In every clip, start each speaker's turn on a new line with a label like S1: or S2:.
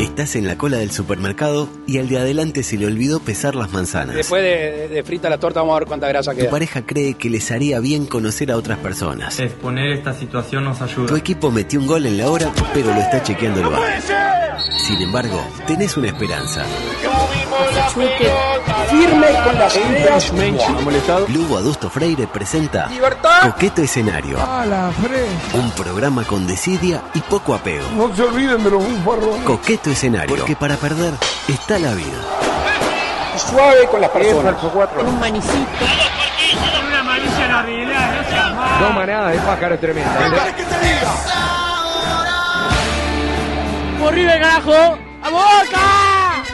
S1: Estás en la cola del supermercado y al de adelante se le olvidó pesar las manzanas.
S2: Después de, de frita la torta vamos a ver cuánta grasa
S1: Tu
S2: queda.
S1: pareja cree que les haría bien conocer a otras personas.
S3: Exponer esta situación nos
S1: Tu
S3: ayuda.
S1: equipo metió un gol en la hora, pero lo está chequeando el bar. Sin embargo, tenés una esperanza.
S2: Firme con las ideas.
S1: Lugo Adusto Freire presenta
S2: ¡Libertad!
S1: Coqueto Escenario,
S4: A la fre.
S1: un programa con desidia y poco apego.
S4: No se olviden de los bufarrones.
S1: Coqueto Escenario, porque para perder está la vida.
S2: Suave con las personas.
S5: ¡Por River, carajo! ¡A Boca!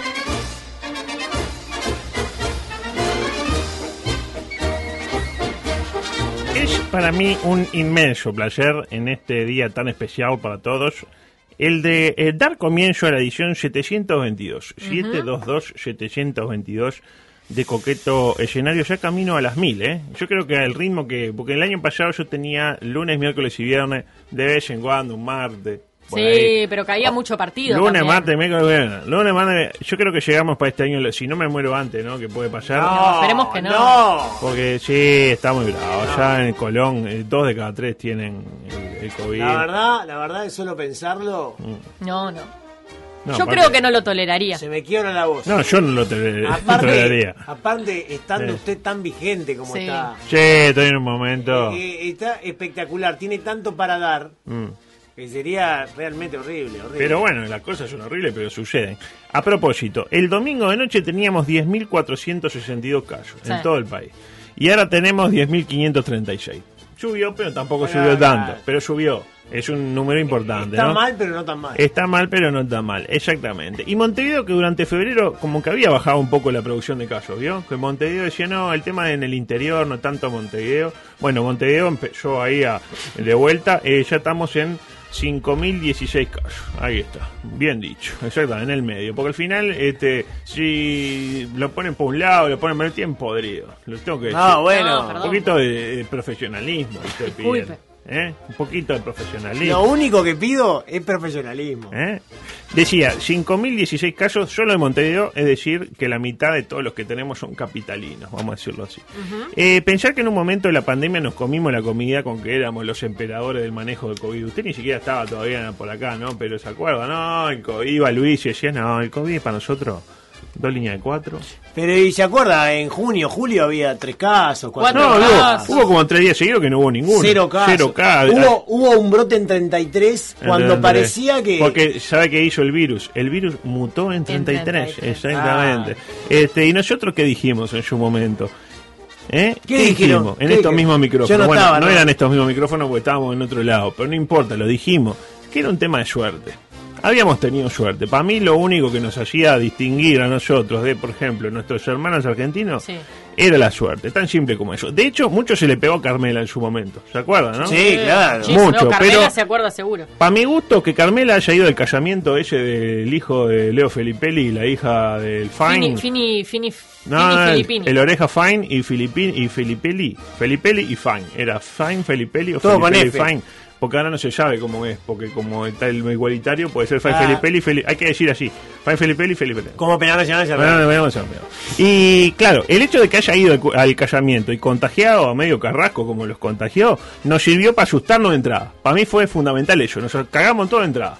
S6: Es para mí un inmenso placer en este día tan especial para todos el de eh, dar comienzo a la edición 722, 722 722 de Coqueto Escenario, ya camino a las mil, ¿eh? Yo creo que al ritmo que... Porque el año pasado yo tenía lunes, miércoles y viernes, de vez en cuando, un martes. por
S5: Sí,
S6: ahí. Ah,
S5: pero caía mucho partido.
S6: Lunes,
S5: también.
S6: martes, miércoles, viernes. Lunes, martes, yo creo que llegamos para este año, si no me muero antes, ¿no? Que puede pasar.
S5: No, esperemos que no.
S6: Porque sí, está muy bravo. Ya en Colón, eh, dos de cada tres tienen el, el COVID.
S7: La verdad, la verdad es solo pensarlo,
S5: No, no.
S6: No,
S5: Yo
S6: aparte-
S5: creo que no lo toleraría.
S7: se me quiebra la voz.
S6: No, yo no lo te-
S7: aparte,
S6: toleraría.
S7: aparte, estando
S6: Sí.
S7: usted tan vigente como
S5: Sí.
S7: está,
S6: Che, estoy en un momento.
S7: eh, está espectacular, tiene tanto para dar
S6: Mm.
S7: que sería realmente horrible. horrible.
S6: Pero bueno, las cosas son horribles, pero suceden. A propósito, el domingo de noche teníamos 10.462 casos
S5: Sí.
S6: en todo el país. Y ahora tenemos 10.536. Subió, pero tampoco
S7: Bueno,
S6: subió
S7: claro.
S6: tanto. Pero subió. Es un número importante,
S7: está
S6: ¿no?
S7: mal, pero no tan mal.
S6: Está mal, pero no está mal, exactamente. Y Montevideo que durante febrero como que había bajado un poco la producción de casos, ¿vio? Que Montevideo decía, no, el tema en el interior, no tanto Montevideo. Bueno, Montevideo empezó ahí a- de vuelta, eh, ya estamos en 5.016 casos, ahí está, bien dicho, exactamente, en el medio. Porque al final, este si lo ponen por un lado, lo ponen por el tiempo, podrido, lo tengo que decir.
S7: no, bueno.
S5: No,
S6: un
S5: perdón.
S6: poquito de, de profesionalismo, ¿viste?
S5: Disculpe.
S6: Piden, ¿eh? Un poquito de profesionalismo.
S7: lo único que pido es profesionalismo.
S6: ¿Eh? Decía, 5.016 casos solo en Montevideo, es decir, que la mitad de todos los que tenemos son capitalinos, vamos a decirlo así. Eh, pensar que en un momento de la pandemia nos comimos la comida con que éramos los emperadores del manejo de COVID. Usted ni siquiera estaba todavía por acá, ¿no? Pero se acuerda, no, el COVID, iba Luis y decía, no, el COVID es para nosotros. Dos líneas de cuatro.
S7: Pero ¿y se acuerda? En junio, julio había tres casos, cuatro
S6: No,
S5: Cuatro
S7: casos.
S6: hubo, hubo como tres días seguidos que no hubo ninguno.
S7: Cero casos.
S6: Cero casos. Ah,
S7: Hubo, hubo un brote en 33 cuando
S6: Entendré.
S7: parecía que...
S6: Porque, ¿sabe qué hizo el virus? El virus mutó en 33,
S5: 33.
S6: exactamente. Este, ¿Y nosotros qué dijimos en su momento? ¿Eh?
S7: ¿Qué dijeron?
S6: En
S7: ¿Qué
S6: estos
S7: dijeron?
S6: mismos micrófonos.
S7: Yo no
S6: bueno,
S7: estaba,
S6: no,
S7: ¿no?
S6: eran estos mismos micrófonos porque estábamos en otro lado, pero no importa, lo dijimos. Que era un tema de suerte. Habíamos tenido suerte. Para mí lo único que nos hacía distinguir a nosotros de, por ejemplo, nuestros hermanos argentinos,
S5: Sí.
S6: era la suerte. Tan simple como eso. De hecho, mucho se le pegó a Carmela en su momento. ¿Se acuerdan, no?
S7: Sí, claro.
S5: Sí,
S6: Mucho,
S5: no, Carmela
S6: pero-
S5: se acuerda seguro.
S6: Para mi gusto, que Carmela haya ido al casamiento ese del hijo de Leo Felipelli y la hija del Fine.
S5: Fini, Fini, Fini,
S6: No,
S5: Fini
S6: no, el-
S5: Filipini.
S6: El, oreja Fine y, Filipin, y Filipelli. Felipelli y Fine. Era Fine, Felipelli o
S7: Todo con
S6: Felipelli y
S7: F.
S6: Fine. Porque ahora no se sabe cómo es, porque como está el igualitario, puede ser Fine,
S7: Ah.
S6: Felipelli, Feli- Hay que decir así: Fine, Felipelli y Felipelli.
S7: Como penal nacional se
S6: Bueno, bueno, bueno, bueno. Y claro, el hecho de que haya ido al cu- al casamiento y contagiado a medio carrasco como los contagió, nos sirvió para asustarnos de entrada. Para mí fue fundamental eso, nos cagamos todo de entrada.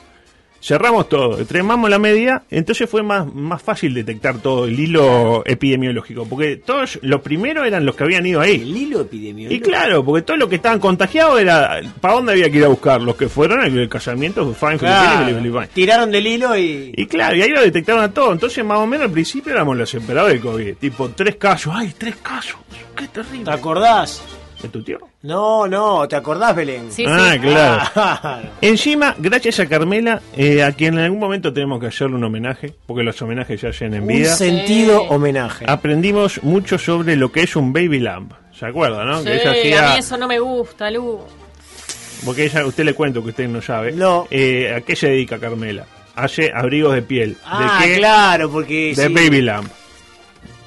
S6: Cerramos todo, tremamos la media, entonces fue más, más fácil detectar todo el hilo epidemiológico, porque todos los primeros eran los que habían ido ahí.
S7: El hilo epidemiológico.
S6: Y claro, porque todos los que estaban contagiados era para dónde había que ir a buscar, los que fueron al al casamiento, Fine,
S7: Claro.
S6: Felipe, Felipe, Fine.
S7: Tiraron del hilo y.
S6: Y claro, y ahí lo detectaron a todo. Entonces, más o menos al principio éramos los emperadores del COVID. Tipo, tres casos. ¡Ay, tres casos! ¡Qué
S7: ¿Te
S6: terrible!
S7: acordás?
S6: ¿De tu tío?
S7: No, no, ¿te acordás, Belén?
S5: Sí,
S6: ah,
S5: sí.
S6: claro.
S7: Claro.
S6: Encima, gracias a Carmela, eh, a quien en algún momento tenemos que hacerle un homenaje, porque los homenajes se hacen en
S7: Un
S6: vida, Ah,
S7: sentido
S5: Sí.
S7: homenaje.
S6: aprendimos mucho sobre lo que es un baby lamb. ¿Se acuerdan, no?
S5: Sí, a mí eso no me gusta, Lu.
S6: Porque ella, usted le cuento que usted no sabe.
S7: No.
S6: Eh, ¿A qué se dedica Carmela? Hace abrigos de piel.
S7: Ah,
S6: ¿De qué?
S7: claro, porque.
S6: De
S7: sí.
S6: Baby Lamb.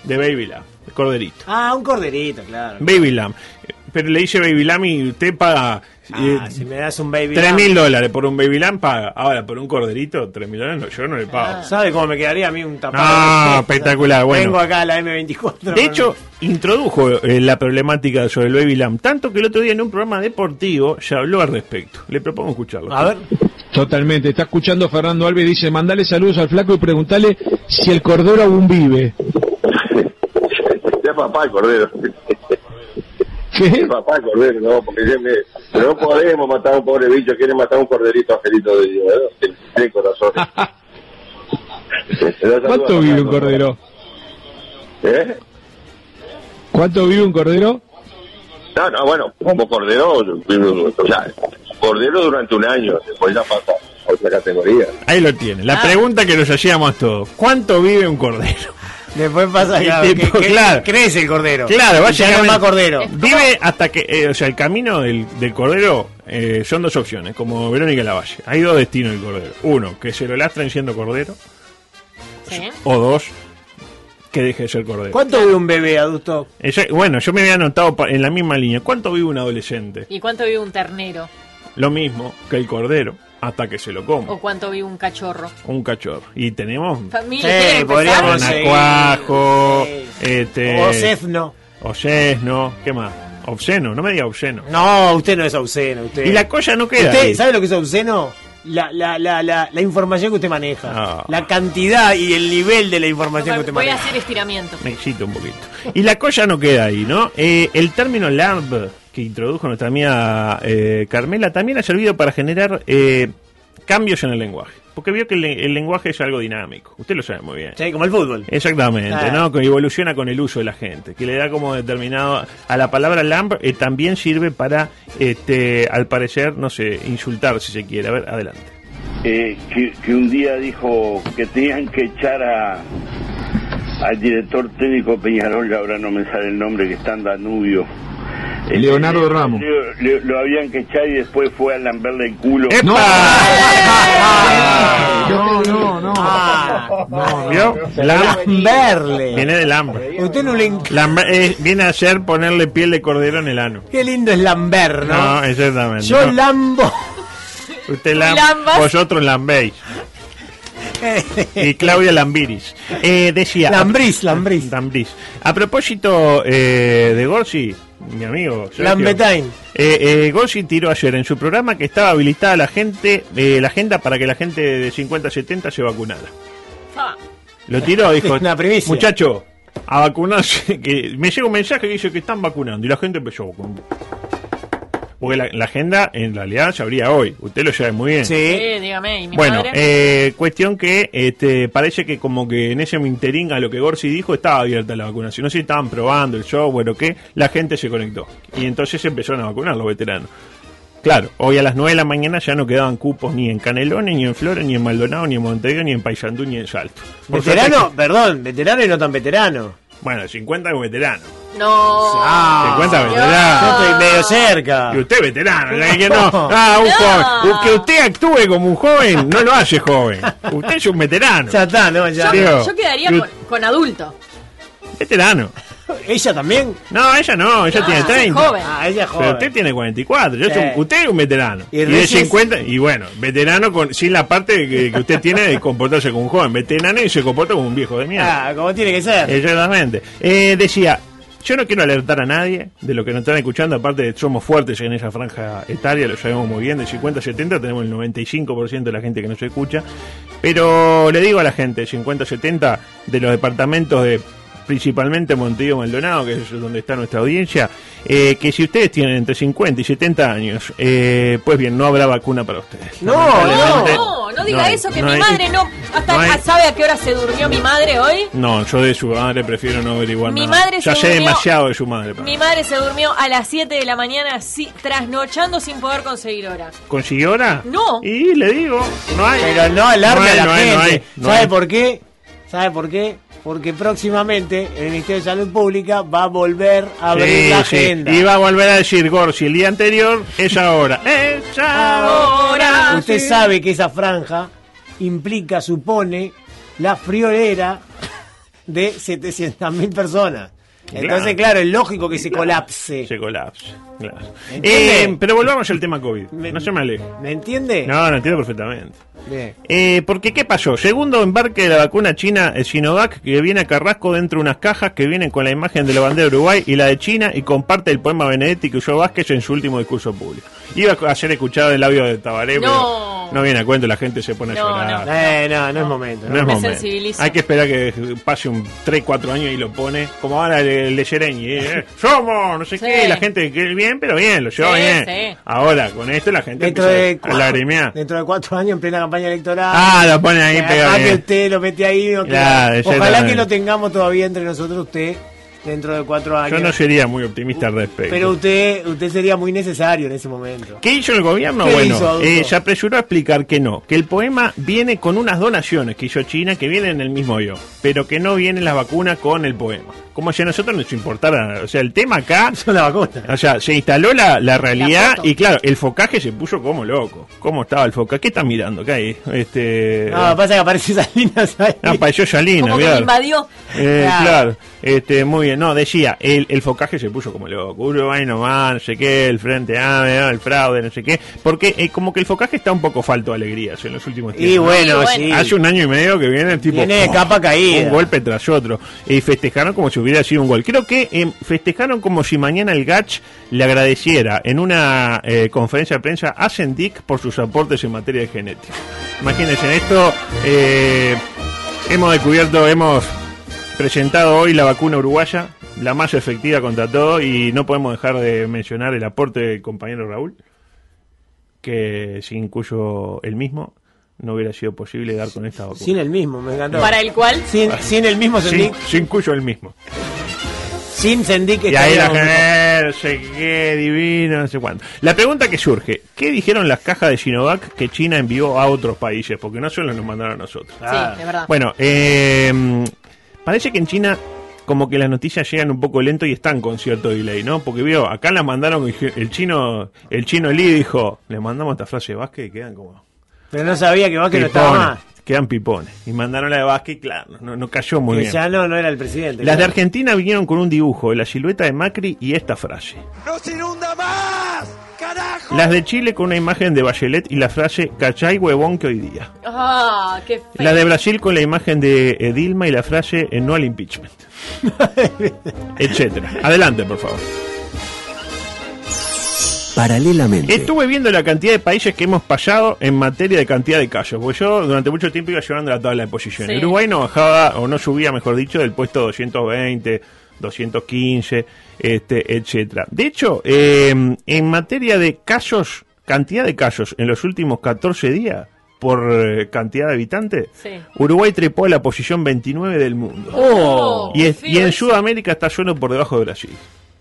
S6: De Baby Lamb. de Corderito.
S7: Ah, un corderito, claro.
S6: Baby Lamb. Eh, Pero le dice Baby Lamb y usted paga. eh,
S7: Ah, si me das un baby.
S6: Tres
S7: lamb.
S6: mil dólares por un Baby Lamb paga. Ahora, por un corderito, tres mil dólares no, yo no le
S5: Ah.
S6: pago.
S7: ¿Sabe cómo me quedaría a mí un tapado?
S6: Ah, espectacular, bueno.
S7: Vengo acá a la M24.
S6: De hecho, introdujo eh, la problemática sobre el Baby Lamb, tanto que el otro día en un programa deportivo se habló al respecto. Le propongo escucharlo.
S7: A ver,
S8: Totalmente, está escuchando Fernando Alves, dice, mandale saludos al flaco y preguntale si el cordero aún vive.
S3: Ya es papá el cordero.
S8: ¿Qué?
S3: Es papá el cordero, no, porque siempre. Pero no podemos matar a un pobre bicho, quieren matar a un corderito angelito de Dios. ¿eh? Tiene- Tiene corazón.
S8: ¿Cuánto vive un cordero?
S3: ¿Eh?
S8: ¿Cuánto vive un cordero?
S3: No, no, bueno, como cordero, o sea, cordero durante un año, después ya pasa a otra categoría.
S6: Ahí lo tiene. La
S5: Ah.
S6: pregunta que nos hacíamos todos: ¿cuánto vive un cordero?
S7: después pasa
S6: El
S7: claro,
S6: tipo,
S7: que- que
S6: claro.
S7: crece el cordero.
S6: Claro,
S7: Y ya no
S6: básicamente-
S7: más cordero.
S6: Vive hasta que. eh, o sea, el camino del, del cordero eh, son dos opciones, como Verónica Lavalle. Hay dos destinos del cordero: uno, que se lo lastren siendo cordero,
S5: Sí.
S6: o dos, que deje de ser cordero.
S7: ¿Cuánto vive un bebé adulto?
S6: Ella- bueno, yo me había anotado pa- en la misma línea: ¿cuánto vive un adolescente?
S5: ¿Y cuánto vive un ternero?
S6: Lo mismo que el cordero, hasta que se lo coma.
S5: ¿O cuánto vive un cachorro?
S6: Un cachorro. Y tenemos.
S5: Familia,
S7: Sí,
S5: ¿quieren empezar?
S7: podríamos- sí.
S6: Anacuajo,
S7: Sí.
S6: este,
S7: O Cefno.
S6: Ocesno, ¿qué más? Obsceno, no me diga obsceno.
S7: No, usted no es obsceno. Usted.
S6: Y la cosa no queda.
S7: ¿Usted
S6: ahí.
S7: sabe lo que es obsceno? La, la, la, la, la información que usted maneja.
S6: Ah.
S7: La cantidad y el nivel de la información que usted
S5: Voy a
S7: maneja.
S5: hacer estiramiento.
S6: Me excito un poquito. Y la cosa no queda ahí, ¿no? Eh, el término LARB que introdujo nuestra amiga eh, Carmela también ha servido para generar eh, cambios en el lenguaje. Porque vio que el, le- el lenguaje es algo dinámico. Usted lo sabe muy bien.
S7: Sí, como el fútbol.
S6: Eh, Exactamente,
S7: Ah.
S6: ¿no? Que evoluciona con el uso de la gente, que le da como determinado a la palabra lamb eh, también sirve para este al parecer, no sé, insultar si se quiere. A ver, adelante.
S9: eh, que, que un día dijo que tenían que echar a, al director técnico de Peñarol, ahora no me sale el nombre, que está en Danubio. Eh,
S8: Leonardo Ramos.
S9: le- le- lo habían que echar y después fue a lamberle el culo.
S8: No,
S7: Ah.
S4: No, no, no.
S7: Ah.
S6: ¿Vio? Lamb
S7: Verle.
S6: viene del hambre.
S7: Usted no le enc-
S6: Lamb- eh, viene a ser ponerle piel de cordero en el ano.
S7: Qué lindo es Lambert, ¿no?
S6: No, exactamente.
S7: Yo
S6: no.
S7: lambo.
S6: Usted lam-
S5: Lambas.
S6: vosotros lambéis. Y Claudia Lambiris. Eh, decía.
S7: Lambris, lambris.
S6: Lambris. A propósito eh, de Gorsi, mi amigo. Sergio,
S7: Lambetain.
S6: Eh, eh, Gorsi tiró ayer en su programa que estaba habilitada la gente, eh, la agenda para que la gente de 50 a 70 se vacunara.
S5: Ah,
S6: Lo tiró, dijo.
S7: Es una primicia.
S6: Muchacho, a vacunarse. Que me llega un mensaje que dice que están vacunando y la gente empezó a vacunar. Porque la, la agenda en realidad se abría hoy. Usted lo sabe muy bien.
S7: Sí.
S5: sí, eh, dígame, ¿y mi
S6: Eh, Bueno,
S5: madre?
S6: eh, cuestión que este, parece que como que en ese interín a lo que Gorsi dijo estaba abierta la vacunación. No sé si estaban probando el software o qué. La gente se conectó y entonces se empezaron a vacunar los veteranos. Claro, hoy a las 9 de la mañana ya no quedaban cupos ni en Canelones, ni en Flores, ni en Maldonado, ni en Montevideo, ni en Paysandú, ni en Salto. Por
S7: Veterano,
S6: suerte-
S7: perdón, veterano y no tan veterano.
S6: Bueno, 50 es veterano.
S5: No.
S7: Ah,
S6: 50
S7: yo
S6: veterano.
S7: estoy medio cerca.
S6: Y usted es veterano, ¿no? Que no. Ah, un joven. Que usted actúe como un joven no lo hace joven. Usted es un veterano.
S7: Ya está, ¿no? Ya.
S6: Sí.
S5: Yo, yo quedaría
S6: Yo-
S5: con, con adulto.
S6: Veterano.
S7: ¿Ella también?
S6: No, ella no, ella
S5: Ah,
S6: tiene
S5: es
S6: 30.
S5: joven.
S7: Ah, ella es
S6: Pero
S7: joven.
S6: usted tiene 44, yo soy un-
S7: Sí.
S6: usted es un veterano.
S7: Y
S6: Y, de
S7: Reyes-
S6: 50, y bueno, veterano con, sin la parte que, que usted tiene de comportarse como un joven, veterano y se comporta como un viejo de mierda.
S7: Ah, como tiene que ser.
S6: Exactamente. Eh, decía, yo no quiero alertar a nadie de lo que nos están escuchando, aparte de somos fuertes en esa franja etaria, lo sabemos muy bien, de 50 a 70 tenemos el 95% de la gente que nos escucha, pero le digo a la gente, de 50 a 70 de los departamentos de principalmente Montevideo Maldonado, que es donde está nuestra audiencia, eh, que si ustedes tienen entre 50 y 70 años, eh, pues bien, no habrá vacuna para ustedes.
S7: No,
S6: Lamentablemente,
S5: No, no diga
S6: hay-
S5: eso, que
S6: no
S5: mi
S6: hay-
S5: madre no. Hasta
S6: no hay-
S5: ¿Sabe a qué hora se durmió mi madre hoy?
S6: no, yo de su madre prefiero no averiguar
S5: Mi
S6: nada.
S5: madre
S6: ya
S5: se
S6: sé
S5: durmió-
S6: demasiado de su madre. para-
S5: Mi madre se durmió a las 7 de la mañana si- trasnochando sin poder conseguir hora.
S6: ¿Consiguió hora?
S5: No.
S6: Y le digo, no hay.
S7: Pero no alarme
S6: hay,
S7: a la
S6: no hay,
S7: gente.
S6: no hay, no
S7: ¿Sabe
S6: hay.
S7: por qué? ¿Sabe por qué? porque próximamente el Ministerio de Salud Pública va a volver a abrir
S6: Sí,
S7: la
S6: sí.
S7: agenda.
S6: Y va a volver a decir Gorsi el día anterior, es ahora. Eh, Es ahora.
S7: Usted sabe que esa franja implica, supone, la friolera de 700.000 personas. Entonces,
S6: Claro.
S7: claro, es lógico que se colapse.
S6: Se colapsa. claro.
S7: ¿Entiende?
S6: Eh, pero volvamos al tema COVID.
S7: Me-
S6: No se me alejo.
S7: ¿Me entiende?
S6: No, no entiendo perfectamente.
S7: Bien.
S6: Eh, porque, ¿qué pasó? Segundo embarque de la vacuna china eh, Sinovac, que viene a Carrasco dentro de unas cajas que vienen con la imagen de la bandera de Uruguay y la de China y comparte el poema Benedetti que usó Vázquez en su último discurso público. Iba a ser escuchado en el labio de Tabaré,
S5: No.
S6: pero no viene a cuento, la gente se pone a
S5: No,
S6: llorar.
S5: no.
S7: Eh, no, no es momento.
S6: No es
S7: ¿no?
S5: Me
S6: momento.
S5: sensibiliza.
S6: Hay que esperar que pase un 3, 4 años y lo pone. Como ahora le, le Yereñi, eh, somos, no sé
S5: Sí.
S6: qué. La gente que bien, pero bien, lo lleva
S5: Sí,
S6: bien.
S5: sí.
S6: Ahora, con esto la gente
S7: Dentro de,
S6: empieza a lagrimear.
S7: dentro de cuatro años en plena campaña electoral.
S6: Ah, lo pone ahí
S7: Ah,
S6: pegado.
S7: que
S6: bien.
S7: usted lo mete ahí.
S6: Claro,
S7: no, claro. Ojalá
S6: exactamente.
S7: que lo tengamos todavía entre nosotros usted dentro de cuatro años.
S6: Yo no sería muy optimista al respecto.
S7: Pero usted, usted sería muy necesario en ese momento.
S6: ¿Qué hizo el gobierno?
S7: ¿Qué
S6: bueno,
S7: hizo, adulto?
S6: eh, se apresuró a explicar que no, que el poema viene con unas donaciones que hizo China que vienen en el mismo yo, pero que no vienen las vacunas con el poema. Como si a nosotros nos importara. O sea, el tema acá
S7: Son la vacuna.
S6: O sea, se instaló la, la realidad
S5: foto.
S6: y claro, el focaje se puso como loco. ¿Cómo estaba el focaje? ¿Qué están mirando? ¿Qué hay? Este...
S7: No, pasa que aparece esas líneas ahí.
S6: Ah, apareció Yalina,
S5: Como que
S6: claro.
S5: me invadió.
S6: Eh,
S7: Claro.
S6: claro. Este, muy bien. No, decía, el, el focaje se puso como loco. Uruguay nomás, no sé qué, el Frente AME, ah, el fraude, no sé qué. Porque eh, como que el focaje está un poco falto de alegrías en los últimos tiempos.
S7: y bueno,
S5: bueno.
S7: sí.
S6: Hace un año y medio que viene el tipo.
S7: Viene de capa caída.
S6: Un golpe tras otro. Y festejaron como si hubiera sido un gol. Creo que eh, festejaron como si mañana el Gach le agradeciera en una eh, conferencia de prensa a Sendik por sus aportes en materia de genética. Imagínense, en esto eh, hemos descubierto, hemos presentado hoy la vacuna uruguaya, la más efectiva contra todo, y no podemos dejar de mencionar el aporte del compañero Raúl que sin cuyo el mismo no hubiera sido posible dar con esta vacuna.
S7: Sin el mismo, me encantó.
S5: Para el cual
S7: Sin, sin el mismo Este
S6: Sin,
S7: Sendik.
S6: sin cuyo el mismo.
S7: Sin Sendik.
S6: Y ahí la
S7: estaríamos mejor.
S6: gente, no sé qué, divino, no sé cuánto. La pregunta que surge, ¿qué dijeron las cajas de Sinovac que China envió a otros países? Porque no solo nos mandaron a nosotros.
S7: Ah.
S5: Sí, es verdad.
S6: Bueno, eh, parece que en China como que las noticias llegan un poco lento y están con cierto delay, ¿no? Porque vio, acá las mandaron, el chino, el chino Lee dijo, le mandamos esta frase de Vázquez y quedan como...
S7: Pero no sabía que Vázquez no estaba
S6: Pipones.
S7: más.
S6: Quedan pipones. Y mandaron la de Vázquez y claro, no, no cayó muy
S7: Que
S6: bien.
S7: ya no, no era el presidente.
S6: Las de
S7: claro.
S6: Argentina vinieron con un dibujo, la silueta de Macri y esta frase.
S4: ¡No se inunda más! ¡Carajo!
S6: Las de Chile con una imagen de Bachelet y la frase cachai huevón que hoy día.
S5: Ah, qué feo.
S6: La de Brasil con la imagen de eh, Dilma y la frase eh, no al impeachment. Etcétera. Adelante, por favor.
S1: Paralelamente,
S6: Estuve viendo la cantidad de países que hemos pasado en materia de cantidad de casos, porque yo durante mucho tiempo iba llevando la tabla de posiciones.
S5: Sí.
S6: Uruguay no bajaba, o no subía, mejor dicho, del puesto 220, 215, este, etcétera. De hecho, eh, en materia de casos, cantidad de casos en los últimos 14 días, por eh, cantidad de habitantes,
S5: Sí.
S6: Uruguay trepó a la posición 29 del mundo.
S5: Oh,
S6: y, es-
S5: qué
S6: y
S5: feo
S6: en
S5: eso.
S6: Sudamérica está solo por debajo de Brasil,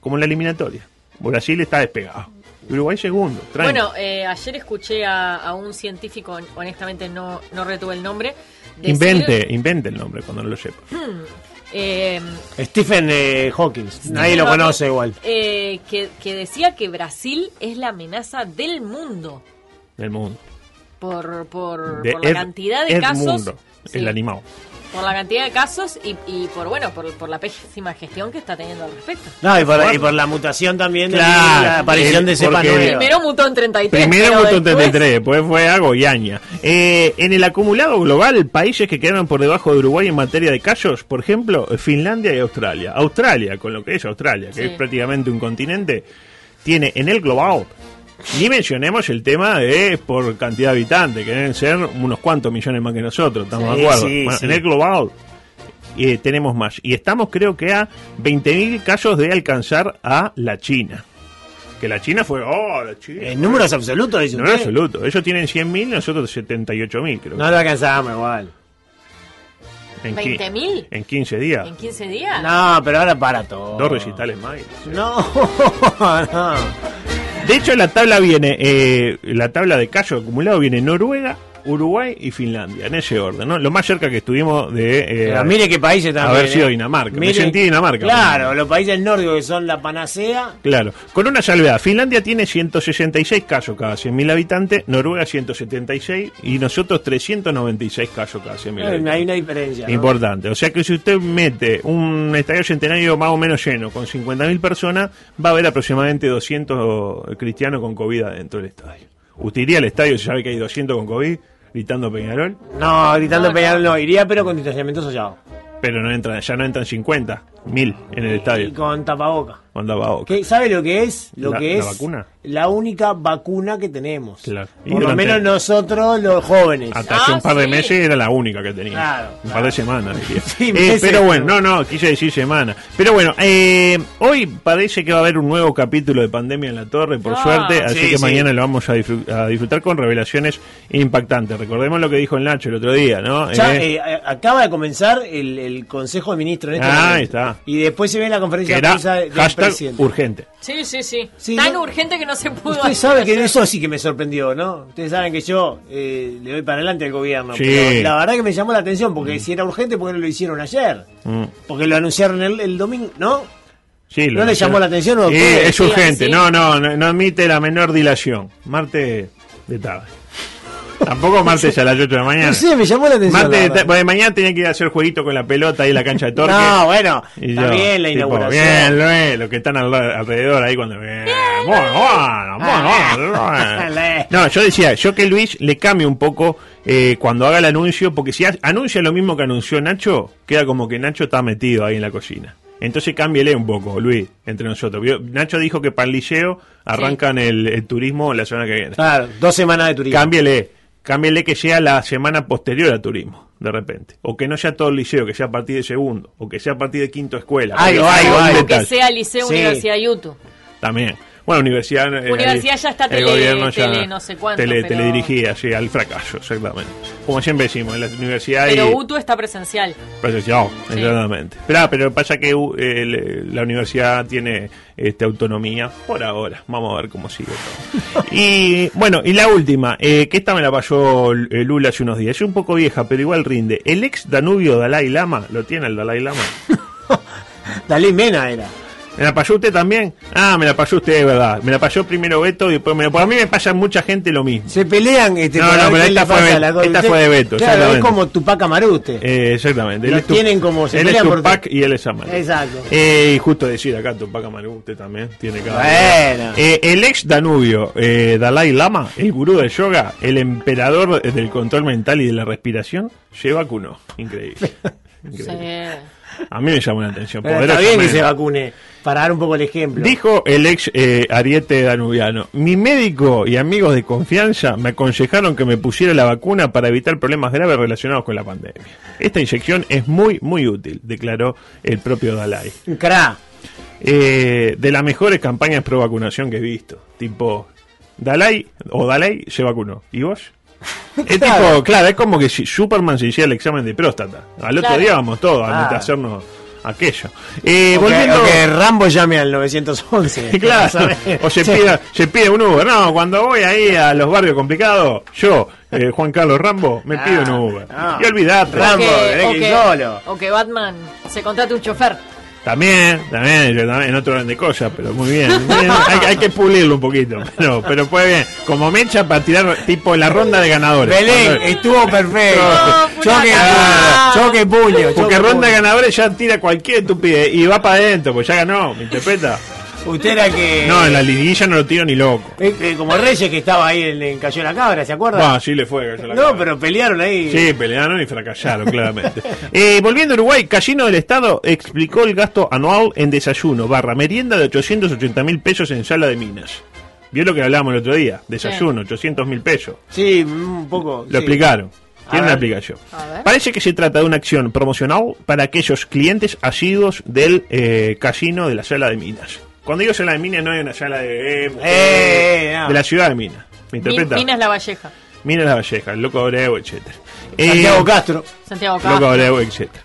S6: como en la eliminatoria. Brasil está despegado. Uruguay segundo. tranqui.
S5: Bueno, eh, ayer escuché a, a un científico, honestamente no, no retuve el nombre. decir,
S6: invente, invente el nombre cuando no lo sepa.
S5: eh,
S7: Stephen eh, Hawking. Nadie lo
S5: Hawking.
S7: conoce igual.
S5: eh, que, que decía que Brasil es la amenaza del mundo
S6: Del mundo.
S5: por, por,
S6: De
S5: por la
S6: Ed-
S5: cantidad de
S6: Ed
S5: casos.
S6: Mundo,
S5: Sí,
S6: el animado.
S5: Por la cantidad de casos y, y por bueno por, por la pésima gestión que está teniendo al respecto.
S7: No, y por, y por la mutación también de
S6: Claro,
S7: la aparición
S6: el-
S7: de cepa
S6: porque-
S7: nueva.
S5: Primero mutó en 33.
S6: Eh, Primero
S5: pero
S6: votó en
S5: después-
S6: 33, después fue a Goyaña. Eh, en el acumulado global, países que quedaron por debajo de Uruguay en materia de casos, por ejemplo, Finlandia y Australia. Australia, con lo que es Australia,
S5: Sí.
S6: que es prácticamente un continente, tiene en el global, ni mencionemos el tema de por cantidad de habitantes, que deben ser unos cuantos millones más que nosotros, estamos
S7: Sí,
S6: de acuerdo.
S7: sí,
S6: Bueno,
S7: sí.
S6: En el global, eh, tenemos más. Y estamos creo que a 20.000 casos de alcanzar a la China. Que la China fue, oh, la China.
S7: En números absolutos, dice
S6: No, en
S7: usted.
S6: absoluto. Ellos tienen 100.000, nosotros 78.000, creo.
S7: No lo alcanzamos igual.
S6: En qui-
S5: ¿20.000?
S6: En 15 días.
S5: ¿En 15 días?
S7: No, pero ahora para todo.
S6: Dos recitales más.
S7: No, no.
S6: De hecho, la tabla viene, eh, la tabla de casos acumulados viene Noruega, Uruguay y Finlandia, en ese orden, ¿no? Lo más cerca que estuvimos de... eh,
S7: Pero mire qué países también.
S6: haber sido
S7: eh.
S6: Dinamarca. Me sentí Dinamarca,
S7: Claro,
S6: pero-
S7: los países nórdicos que son la panacea.
S6: Claro, con una salvedad. Finlandia tiene 166 casos cada 100.000 habitantes, Noruega 176 y nosotros 396 casos cada 100.000
S7: eh, Hay
S6: habitantes.
S7: una diferencia. ¿no?
S6: Importante. O sea que si usted mete un estadio centenario más o menos lleno con 50.000 personas, va a haber aproximadamente 200 cristianos con COVID dentro del estadio. ¿Usted iría al estadio si sabe que hay 200 con COVID gritando Peñarol?
S7: No, gritando
S5: No, no.
S7: Peñarol no iría, pero con distanciamiento social.
S6: Pero no entran, ya no entran 50, 1000 en el
S7: Y
S6: estadio.
S7: con tapaboca.
S6: Manda va, ok.
S7: ¿Qué- ¿Sabe lo que es? Lo
S6: La-
S7: que
S6: la
S7: es
S6: vacuna.
S7: la única vacuna que tenemos.
S6: Claro. Y
S7: Por lo
S6: durante-
S7: menos nosotros, los jóvenes.
S6: Hasta hace
S5: Ah,
S6: un par de
S5: sí.
S6: meses era la única que tenía.
S7: Claro,
S6: un par
S7: claro.
S6: de semanas, diría.
S7: Sí,
S6: Eh,
S7: meses,
S6: pero bueno,
S7: ¿no?
S6: no, no, quise decir semana. Pero bueno, eh, hoy parece que va a haber un nuevo capítulo de Pandemia en la Torre, por
S5: Ah.
S6: suerte. Así
S7: Sí,
S6: que
S7: sí.
S6: mañana lo vamos a, disfru- a disfrutar con revelaciones impactantes. Recordemos lo que dijo el Nacho el otro día, ¿no?
S7: Ya,
S6: Eh,
S7: eh, a- acaba de comenzar el, el Consejo de Ministros en este
S6: Ah,
S7: momento.
S6: ahí está.
S7: Y después se ve la
S6: que
S7: conferencia de
S6: era
S7: prensa del
S6: hashtag
S7: presidente.
S6: urgente.
S5: Sí, sí, sí.
S7: Sí,
S5: Tan
S7: no-
S5: urgente que no se pudo.
S7: Ustedes saben que
S5: hacer.
S7: eso sí que me sorprendió, ¿no? Ustedes saben que yo eh, le doy para adelante al gobierno.
S6: Sí.
S7: Pero la verdad que me llamó la atención, porque si era urgente, ¿por qué no lo hicieron ayer?
S6: Mm.
S7: Porque lo anunciaron el, el domingo, ¿no?
S6: Sí,
S7: ¿No le
S6: anunciaron.
S7: llamó la atención o
S6: Sí,
S7: qué?
S6: es
S5: Sí,
S6: urgente,
S5: así.
S6: no, no, no, no admite la menor dilación. Martes de tarde. Tampoco martes a las 8 de la mañana.
S7: No sé, me llamó la atención.
S6: Martes
S7: la
S6: de
S7: verdad.
S6: ta- porque mañana tenía que ir a hacer jueguito con la pelota ahí en la cancha de Torque.
S7: no, bueno,
S6: Y
S7: está
S6: yo,
S7: bien la
S6: tipo,
S7: inauguración.
S6: Bien, lo es, los que están al- alrededor ahí cuando. Bien, bueno, bueno,
S7: Ah,
S6: bueno, bueno. No, yo decía, yo que Luis le cambie un poco eh, cuando haga el anuncio, porque si ha- anuncia lo mismo que anunció Nacho, queda como que Nacho está metido ahí en la cocina. Entonces cámbiele un poco, Luis, entre nosotros. Vio, Nacho dijo que para el liceo arrancan el, el turismo la semana que viene.
S7: Claro, dos semanas de turismo.
S6: Cámbiele, cámbiele que sea la semana posterior a turismo, de repente. O que no sea todo el liceo, que sea a partir de segundo, o que sea a partir de quinto escuela.
S7: Ay,
S6: Porque
S7: ay,
S6: es
S7: ay.
S6: un
S5: O que
S6: detalle.
S5: sea Liceo,
S7: Sí.
S5: Universidad YouTube.
S6: También. Bueno, universidad. eh,
S5: Universidad
S6: ahí
S5: ya está
S6: el
S5: tele-
S6: gobierno ya
S5: tele no sé cuánto,
S6: tele-
S5: pero-
S6: Teledirigida, sí, al fracaso, exactamente. Como siempre decimos, en la universidad.
S5: Pero
S6: y-
S5: UTU está presencial.
S6: Presencial,
S5: Sí.
S6: exactamente. Pero, ah, pero pasa que uh, el- la universidad tiene este, autonomía por ahora. Vamos a ver cómo sigue todo. y bueno, y la última, eh, que esta me la pasó L- eh, Lula hace unos días. Es un poco vieja, pero igual rinde. El ex Danubio Dalai Lama, ¿lo tiene el Dalai Lama?
S7: Dalí Mena era.
S6: ¿Me la pasó usted también? Ah, me la pasó usted, es verdad. Me la pasó primero Beto y después me la... Porque a mí me pasa mucha gente lo mismo.
S7: Se pelean este,
S6: No,
S7: por
S6: no,
S7: a ver
S6: pero
S7: quién
S6: esta
S7: le
S6: fue
S7: pasa
S6: de-
S7: la cosa.
S6: esta
S7: Usted-
S6: fue de Beto,
S7: Claro, es
S6: exactamente.
S7: como Tupac Amaru usted.
S6: Eh, exactamente.
S7: Los
S6: Él es tu-
S7: tienen como se
S6: él es
S7: pelean por-
S6: Tupac y él es Amaru.
S7: Exacto.
S6: Eh, y justo decir acá, Tupac Amaru, usted también tiene cada.
S7: Bueno.
S6: Eh, el ex Danubio, eh, Dalai Lama, el gurú del yoga, el emperador del control mental y de la respiración, se vacunó. Increíble. Increíble.
S5: Sí.
S6: A mí me llamó la atención.
S7: Pero está bien que
S6: poderosamente.
S7: se vacune, para dar un poco el ejemplo.
S6: Dijo el ex eh, ariete danubiano, mi médico y amigos de confianza me aconsejaron que me pusiera la vacuna para evitar problemas graves relacionados con la pandemia. Esta inyección es muy, muy útil, declaró el propio Dalai.
S7: Cra.
S6: Eh, de las mejores campañas pro vacunación que he visto, tipo, Dalai o Dalai se vacunó. ¿Y vos? Es
S7: Claro.
S6: tipo, claro, es como que si Superman se hiciera el examen de próstata. Al otro
S5: Claro.
S6: día vamos todos a
S7: Claro.
S6: hacernos aquello. Eh,
S7: O que-
S6: volviendo...
S7: o que Rambo llame al 911.
S6: Claro,
S7: ¿sabes?
S6: o se
S7: Sí.
S6: pide, se pide un Uber. No, cuando voy ahí a los barrios complicados, yo, eh, Juan Carlos Rambo, me pido un Uber.
S7: Ah.
S6: Y olvidate.
S7: Rambo,
S5: que-
S7: tenés que ir solo.
S5: o que Batman se contrate un chofer.
S6: También, también, yo también, en otro orden de cosas, pero muy bien. muy bien. Hay, hay que pulirlo un poquito, pero, pero fue bien. Como mecha para tirar, tipo, la ronda de ganadores.
S7: Belén, eh,
S6: Cuando-
S7: estuvo perfecto.
S6: No,
S7: choque,
S6: fulano.
S7: puño, choque puño.
S6: porque
S7: choque
S6: ronda de
S7: puño.
S6: ganadores ya tira cualquier estupidez y va para adentro, pues ya ganó, ¿me interpreta?
S7: Usted era que.
S6: No, en la liguilla no lo tiro ni loco.
S7: eh, eh, como Reyes que estaba ahí en, en Cayó la Cabra, ¿se acuerda?
S6: Va, sí le fue. cayó la
S7: no,
S6: cara.
S7: pero pelearon ahí.
S6: Sí, pelearon y fracasaron, claramente. Eh, volviendo a Uruguay, Casino del Estado explicó el gasto anual en desayuno, barra merienda de 880 mil pesos en sala de minas. Vio lo que hablábamos el otro día, desayuno, 800 mil pesos.
S7: Sí, un poco.
S6: Lo
S7: sí.
S6: explicaron.
S7: A
S6: Tiene una
S7: ver.
S6: aplicación.
S5: A ver.
S6: Parece que se trata de una acción promocional para aquellos clientes asiduos del eh, casino de la sala de minas. Cuando digo sala de minas, no hay una sala de... eh,
S7: Eh, no.
S6: De la ciudad de minas. ¿Me
S5: Min-
S6: interpreta?
S5: Minas La Valleja.
S6: Minas la Valleja, el Loco Abreu, Eh, etc.
S7: Santiago Castro.
S5: Santiago
S6: Loco eh.
S5: Castro.
S6: Abreu, etcétera.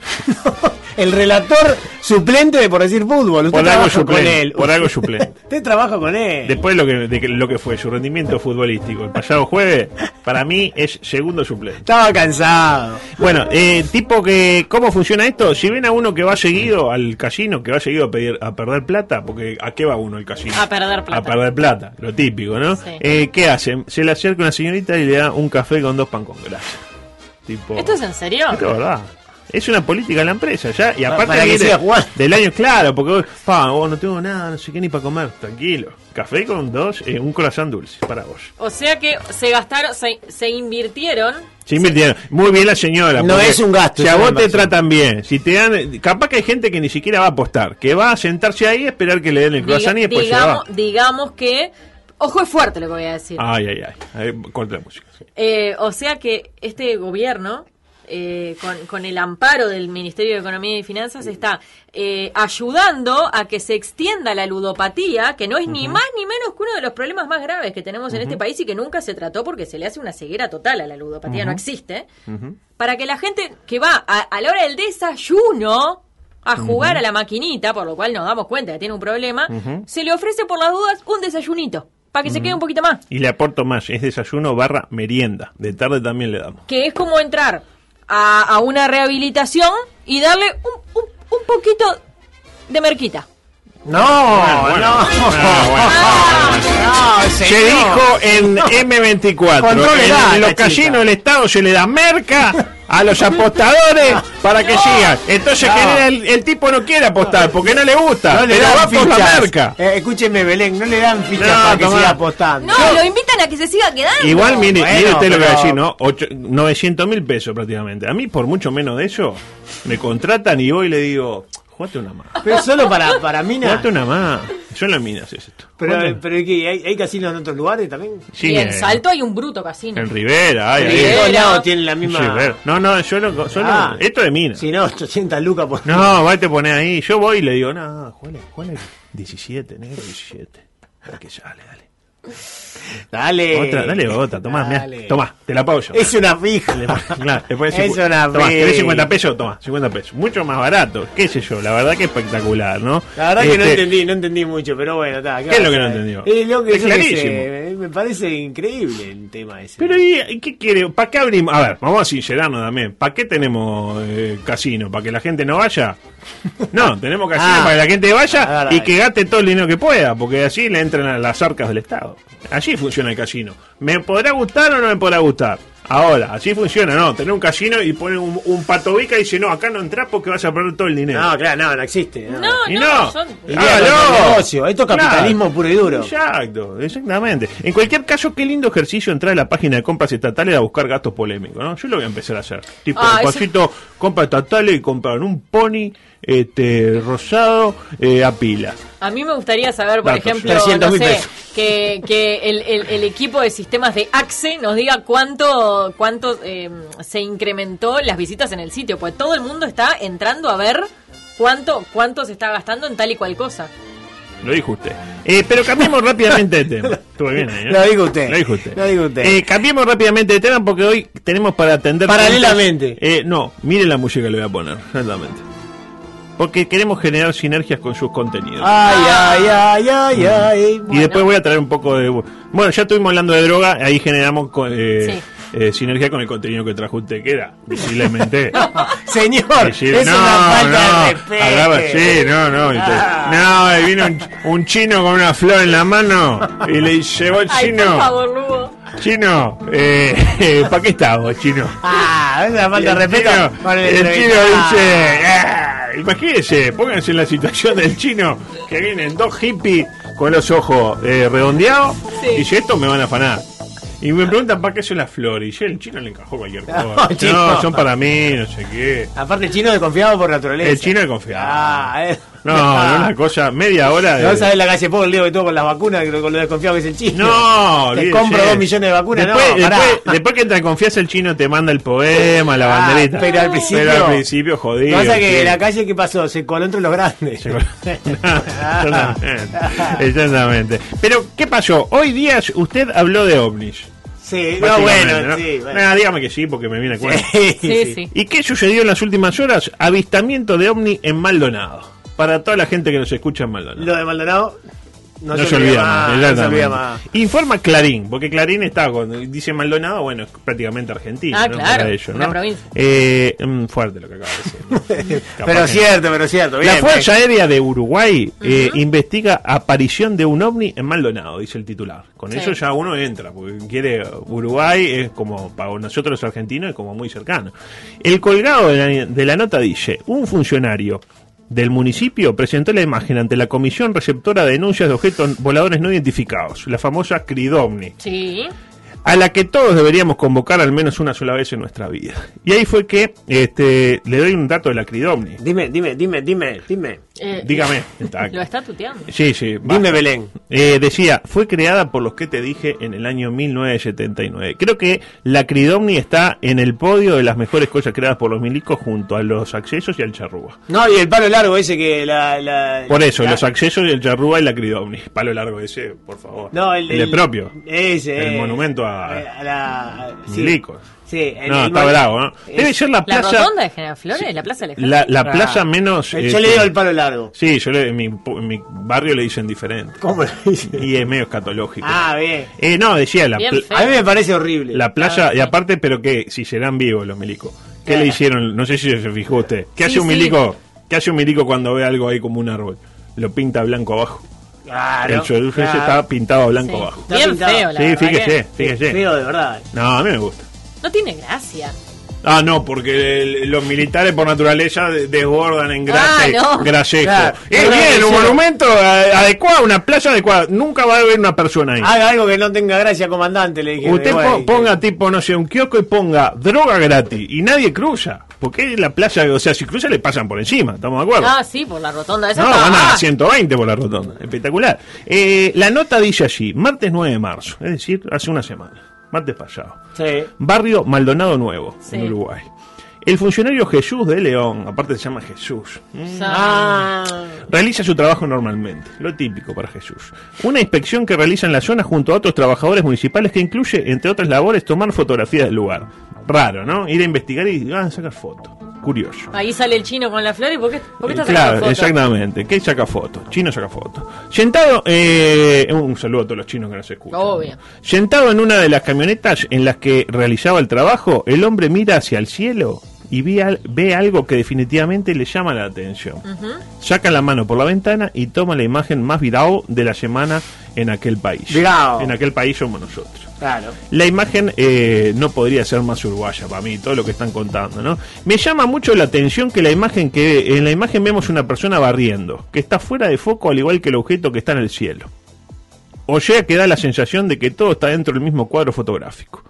S7: el relator suplente de por decir fútbol. Usted
S6: Por algo
S7: trabaja con
S6: suplente,
S7: él.
S6: por algo suplente.
S7: Usted trabaja con él.
S6: Después lo que, de que- lo que fue su rendimiento futbolístico el pasado jueves, para mí es segundo suplente.
S7: Estaba cansado.
S6: Bueno, eh, tipo que, ¿cómo funciona esto? Si ven a uno que va seguido al casino, que va seguido a, pedir, a perder plata, porque ¿a qué va uno al casino?
S5: A perder plata.
S6: A perder plata, lo típico, ¿no?
S5: Sí.
S6: Eh, ¿Qué hacen? Se le acerca una señorita y le da un café con dos pan con grasa. Tipo,
S5: ¿Esto es en serio?
S6: Esto es verdad. Es una política de la empresa, ya. Y
S7: Pa-
S6: aparte
S7: para que
S6: viene
S7: siga jugando.
S6: del año, claro, porque vos, pa, vos no tengo nada, no sé qué ni para comer, tranquilo. Café con dos, eh, un corazón dulce para vos.
S5: O sea que se gastaron, se, se invirtieron.
S6: Se invirtieron. Muy bien la señora.
S7: No
S6: porque
S7: es un gasto,
S6: Si
S7: es
S6: a
S7: una
S6: vos te
S7: inversión.
S6: tratan bien, si te dan. Capaz que hay gente que ni siquiera va a apostar, que va a sentarse ahí a esperar que le den el croissant y
S5: diga-
S6: después se va.
S5: digamos, digamos que. Ojo, es fuerte lo que voy a decir.
S6: Ay, ay, ay. Ahí, Corta la música. sí.
S5: Eh, o sea que este gobierno, eh, con, con el amparo del Ministerio de Economía y Finanzas, está eh, ayudando a que se extienda la ludopatía, que no es ni más ni menos que uno de los problemas más graves que tenemos en este país y que nunca se trató porque se le hace una ceguera total a la ludopatía, no existe, para que la gente que va a, a la hora del desayuno a jugar a la maquinita, por lo cual nos damos cuenta que tiene un problema, se le ofrece por las dudas un desayunito, para que se quede un poquito más.
S6: Y le aporto más. Es desayuno barra merienda. De tarde también le damos.
S5: que es como entrar a, a una rehabilitación y darle un, un- un poquito de merquita.
S7: No,
S6: Ah, bueno,
S7: Ah, no.
S6: bueno, bueno.
S5: Ah,
S7: No,
S6: Se
S7: señor.
S6: dijo en M24.
S7: Controle
S6: en
S7: data,
S6: los
S7: chica.
S6: casinos del Estado se le da merca a los apostadores para que sigan. Entonces
S7: No.
S6: que el, el tipo no quiere apostar porque no le gusta.
S7: No le
S6: pero va
S7: dan
S6: por la
S7: fichas.
S6: merca.
S7: Eh, escúcheme, Belén, no le dan fichas
S6: No,
S7: para que
S6: tomá.
S7: siga apostando.
S5: No, lo invitan a que se siga quedando.
S6: Igual, mire,
S7: Bueno,
S6: mire usted lo que va a
S7: pero-
S6: decir, ¿no? Ocho- 900 mil pesos prácticamente. A mí, por mucho menos de eso, me contratan y voy y le digo, jugate una más.
S7: Pero solo para, para minas.
S6: Jugate una más. Yo en las minas es esto. Jugate
S7: Pero,
S6: una-
S7: pero ¿y qué? ¿Hay, hay casinos en otros lugares también?
S6: Sí,
S5: Y en
S6: eh,
S5: Salto hay un bruto casino.
S6: En Rivera, ay,
S7: En
S6: ahí.
S5: Rivera.
S7: todos lados tienen la misma.
S6: Sí, claro. No, no, yo lo, solo-
S7: Ah.
S6: esto de mina.
S7: Si no, 800 lucas por.
S6: No, va y te pones ahí. Yo voy y le digo, no, ¿cuál es? ¿Cuál es? 17, negro, 17. Dale que sale, dale.
S7: Dale.
S6: Otra, dale otra, tomá,
S7: Eh, Dale.
S6: mirá, tomá, te la pago yo.
S7: Es una fija.
S6: Claro, después de
S7: es
S6: cincu-
S7: una
S6: tomá, ¿querés
S7: fija.
S6: 50 pesos? Toma, 50 pesos. Mucho más barato, qué sé yo, la verdad que espectacular, ¿no?
S7: La verdad que no
S6: Este,
S7: entendí, no entendí mucho, pero bueno, está.
S6: ¿Qué es lo que no entendió?
S7: Es lo que
S6: Es
S7: yo qué
S6: clarísimo.
S7: sé, eh, me parece increíble el tema ese.
S6: Pero ¿y y qué quiere? ¿Para qué abrimos? A ver, vamos a sincerarnos también. ¿Para qué tenemos eh, casino? ¿Para que la gente no vaya? No, tenemos casino
S7: Ah.
S6: para que la gente vaya
S7: Ahora,
S6: y que gaste todo el dinero que pueda, porque así le entran a las arcas del Estado. Así funciona el casino. ¿Me podrá gustar o no me podrá gustar? Ahora, así funciona, ¿no? Tener un casino y poner un, un pato bica y dice, no, acá no entras porque vas a perder todo el dinero.
S7: No, claro, no, no existe.
S5: No,
S7: no.
S5: no,
S6: Y no.
S5: son-
S7: Iría contra el negocio. Esto es capitalismo puro y duro.
S6: Exacto, exactamente. En cualquier caso, qué lindo ejercicio entrar a la página de compras estatales a buscar gastos polémicos, ¿no? Yo lo voy a empezar a hacer. Tipo,
S5: Ah, eso-
S6: pasito, compras estatales y compran un pony este rosado eh, a pila.
S5: A mí me gustaría saber, por
S6: Datos.
S5: ejemplo,
S7: 300.000
S5: no sé,
S7: pesos.
S5: que, que el, el- el equipo de sistemas de AXE nos diga cuánto, cuánto eh, se incrementó las visitas en el sitio, pues todo el mundo está entrando a ver cuánto, cuánto se está gastando en tal y cual cosa.
S6: Lo dijo usted. Eh, pero cambiemos rápidamente de tema. Estuvo bien ahí, ¿eh?
S7: Lo dijo usted.
S6: Lo dijo usted.
S7: Lo dijo usted.
S6: Eh, cambiemos rápidamente de tema porque hoy tenemos para atender.
S7: Paralelamente.
S6: Eh, no, mire la música que le voy a poner, exactamente. Porque queremos generar sinergias con sus contenidos.
S7: Ay, ay, ay, ay, ay.
S6: Mm. Y después voy a traer un poco de... Bueno, ya estuvimos hablando de droga, ahí generamos co- eh, eh, sinergia con el contenido que trajo usted, que era visiblemente...
S7: Ah, Señor,
S6: decir,
S7: es
S6: no,
S7: una falta de
S6: no,
S7: respeto. Ah.
S6: agarra- sí, no, no. entonces, no, y vino un, un chino con una flor en la mano y le llevó el
S5: Ay, por
S6: chino.
S5: favor, Lugo.
S6: Chino, eh, ¿para qué está vos, chino?
S7: Ah, es una
S6: Y
S7: falta
S6: el
S7: de respeto.
S6: chino-
S7: con
S6: el chino
S7: entrevistado.
S6: dice, "Ah", imagínense, pónganse en la situación del chino, que vienen dos hippies con los ojos eh, redondeados,
S5: Sí.
S6: y dice, esto me van a afanar. Y me preguntan para qué son las flores. Y yo, el chino le encajó cualquier cosa.
S7: No, chino.
S6: No, son para mí, no sé qué.
S7: Ah, Aparte, el chino desconfiado por naturaleza.
S6: El chino es confiado.
S7: Ah, eh.
S6: No, no, una cosa, media hora de.
S7: No sabes la calle por el lío que tuvo con las vacunas, que- con lo desconfiado que es el chino.
S6: No,
S7: Te
S6: olvídese.
S7: compro dos millones de vacunas,
S6: Después,
S7: no, pará.
S6: después, después que te confianza el chino te manda el poema, la
S7: Ah,
S6: banderita.
S7: pero al principio-
S6: Pero al principio, jodido.
S7: Pasa que
S6: sí.
S7: la calle, ¿qué pasó? Se coló entre los grandes.
S6: Exactamente. Exactamente. Pero, ¿qué pasó? Hoy día usted habló de ovnis.
S7: Sí, Eh, no,
S6: Básicamente,
S7: bueno,
S6: ¿no?
S7: sí, bueno.
S6: Nah, dígame que sí, porque me viene a cuenta.
S7: Sí,
S5: Sí,
S7: sí.
S5: sí.
S6: ¿Y qué sucedió en las últimas horas? Avistamiento de ovni en Maldonado. Para toda la gente que nos escucha en Maldonado.
S7: Lo de Maldonado no,
S6: No, se olvida más,
S7: no se olvida
S6: exactamente.
S7: más.
S6: Informa Clarín, porque Clarín está con. Dice Maldonado, bueno, es prácticamente Argentina.
S5: Ah,
S6: ¿no?
S5: claro,
S6: Para ellos,
S5: una
S6: ¿no?
S5: provincia.
S6: Eh, mm, fuerte lo que acaba de decir. ¿no? Capaz
S7: Pero
S6: que-
S7: cierto, pero cierto.
S6: La
S7: bien,
S6: Fuerza Aérea de Uruguay eh, investiga aparición de un ovni en Maldonado, dice el titular. Con
S5: Sí.
S6: eso ya uno entra, porque quiere Uruguay, es como para nosotros los argentinos, es como muy cercano. El colgado de la, de la nota dice, un funcionario del municipio presentó la imagen ante la comisión receptora de denuncias de objetos voladores no identificados, la famosa CRIDOMNI
S5: Sí.
S6: a la que todos deberíamos convocar al menos una sola vez en nuestra vida. Y ahí fue que este, le doy un dato de la CRIDOMNI.
S7: bien. Dime, dime, dime, dime, dime.
S5: Eh,
S6: Dígame. Está-
S5: Lo está tuteando.
S6: Sí, sí.
S7: Dime,
S6: basta.
S7: Belén.
S6: Eh, decía, fue creada por los que te dije en el año 1979. Creo que la Cridomni está en el podio de las mejores cosas creadas por los milicos junto a los accesos y al charrúa.
S7: No, y el palo largo ese que la. la-
S6: Por eso,
S7: la-
S6: los accesos y el charrúa y la Cridomni. Palo largo ese, por favor.
S7: No, el,
S6: de propio.
S7: Ese.
S6: El
S7: eh,
S6: monumento a-
S7: la. a- sí.
S6: Milicos.
S7: Sí, el-
S6: no,
S7: el
S6: está
S7: mon-
S6: bravo, ¿no? Eh,
S7: es- eh,
S6: Debe ser la
S5: La
S6: plaza.
S5: rotonda de General Flores, la plaza Alejandro.
S6: La, la
S7: Ah.
S6: plaza menos.
S7: Yo
S6: este,
S7: le digo el palo largo.
S6: Sí, yo le- en, mi, en mi barrio le dicen diferente.
S7: ¿Cómo le dice?
S6: Y es medio escatológico.
S7: Ah, bien.
S6: Eh, no, decía la,
S5: Bien
S6: pla-
S5: feo.
S7: A mí me parece horrible.
S5: Ah,
S6: La playa, y aparte, pero que si serán vivos los milicos. ¿Qué le hicieron? No sé si se fijó usted. ¿Qué
S5: Sí,
S6: hace un
S5: sí.
S6: milico? ¿Qué hace un milico cuando ve algo ahí como un árbol? Lo pinta blanco abajo.
S7: Claro.
S6: el chorufo ese
S7: claro.
S6: está pintado blanco
S5: Sí.
S6: abajo.
S7: Está
S5: Bien
S7: pintado.
S5: feo, la
S6: Sí,
S5: verdad
S6: fíjese,
S5: que
S6: fíjese.
S7: Feo de verdad.
S6: No, a mí me gusta.
S5: No tiene gracia.
S6: Ah, no, porque el- los militares por naturaleza de- desbordan en grasa,
S5: Ah, no.
S6: grasejo.
S7: Claro.
S6: Es
S7: No,
S6: bien,
S7: no,
S6: un
S7: no.
S6: monumento eh, adecuado, una playa adecuada. Nunca va a haber una persona ahí.
S7: Haga algo que no tenga gracia, comandante, le dije.
S6: Usted
S7: Bueno,
S6: po- ponga tipo, no sé, un kiosco y ponga droga gratis y nadie cruza. Porque es la playa, o sea, si cruza le pasan por encima, ¿estamos de acuerdo?
S5: Ah, sí, por la rotonda. Esa
S6: No,
S5: está-
S6: van
S5: ah,
S6: a 120 por la rotonda. Espectacular. Eh, la nota dice allí, martes 9 de marzo, es decir, hace una semana, martes pasado.
S7: Sí.
S6: Barrio Maldonado Nuevo,
S5: Sí.
S6: en Uruguay. El funcionario Jesús de León, aparte se llama Jesús,
S7: Ah,
S6: realiza su trabajo normalmente, lo típico para Jesús. Una inspección que realiza en la zona junto a otros trabajadores municipales que incluye, entre otras labores, tomar fotografías del lugar. Raro, ¿no? Ir a investigar y ah, sacar fotos. Curioso.
S5: Ahí sale el chino con la flor y ¿por qué, por qué está
S6: claro,
S5: sacando fotos?
S6: exactamente. ¿Qué saca fotos? Chino saca fotos. Sentado, eh, un saludo a todos los chinos que nos escuchan.
S5: Obvio.
S6: Sentado en una de las camionetas en las que realizaba el trabajo, el hombre mira hacia el cielo y ve, al- ve algo que definitivamente le llama la atención. Saca la mano por la ventana y toma la imagen más viral de la semana en aquel país.
S7: Virao.
S6: En aquel país somos nosotros.
S7: claro.
S6: La imagen eh, no podría ser más uruguaya para mí, todo lo que están contando, ¿no? Me llama mucho la atención que la imagen que en la imagen vemos una persona barriendo, que está fuera de foco al igual que el objeto que está en el cielo. O sea que da la sensación de que todo está dentro del mismo cuadro fotográfico.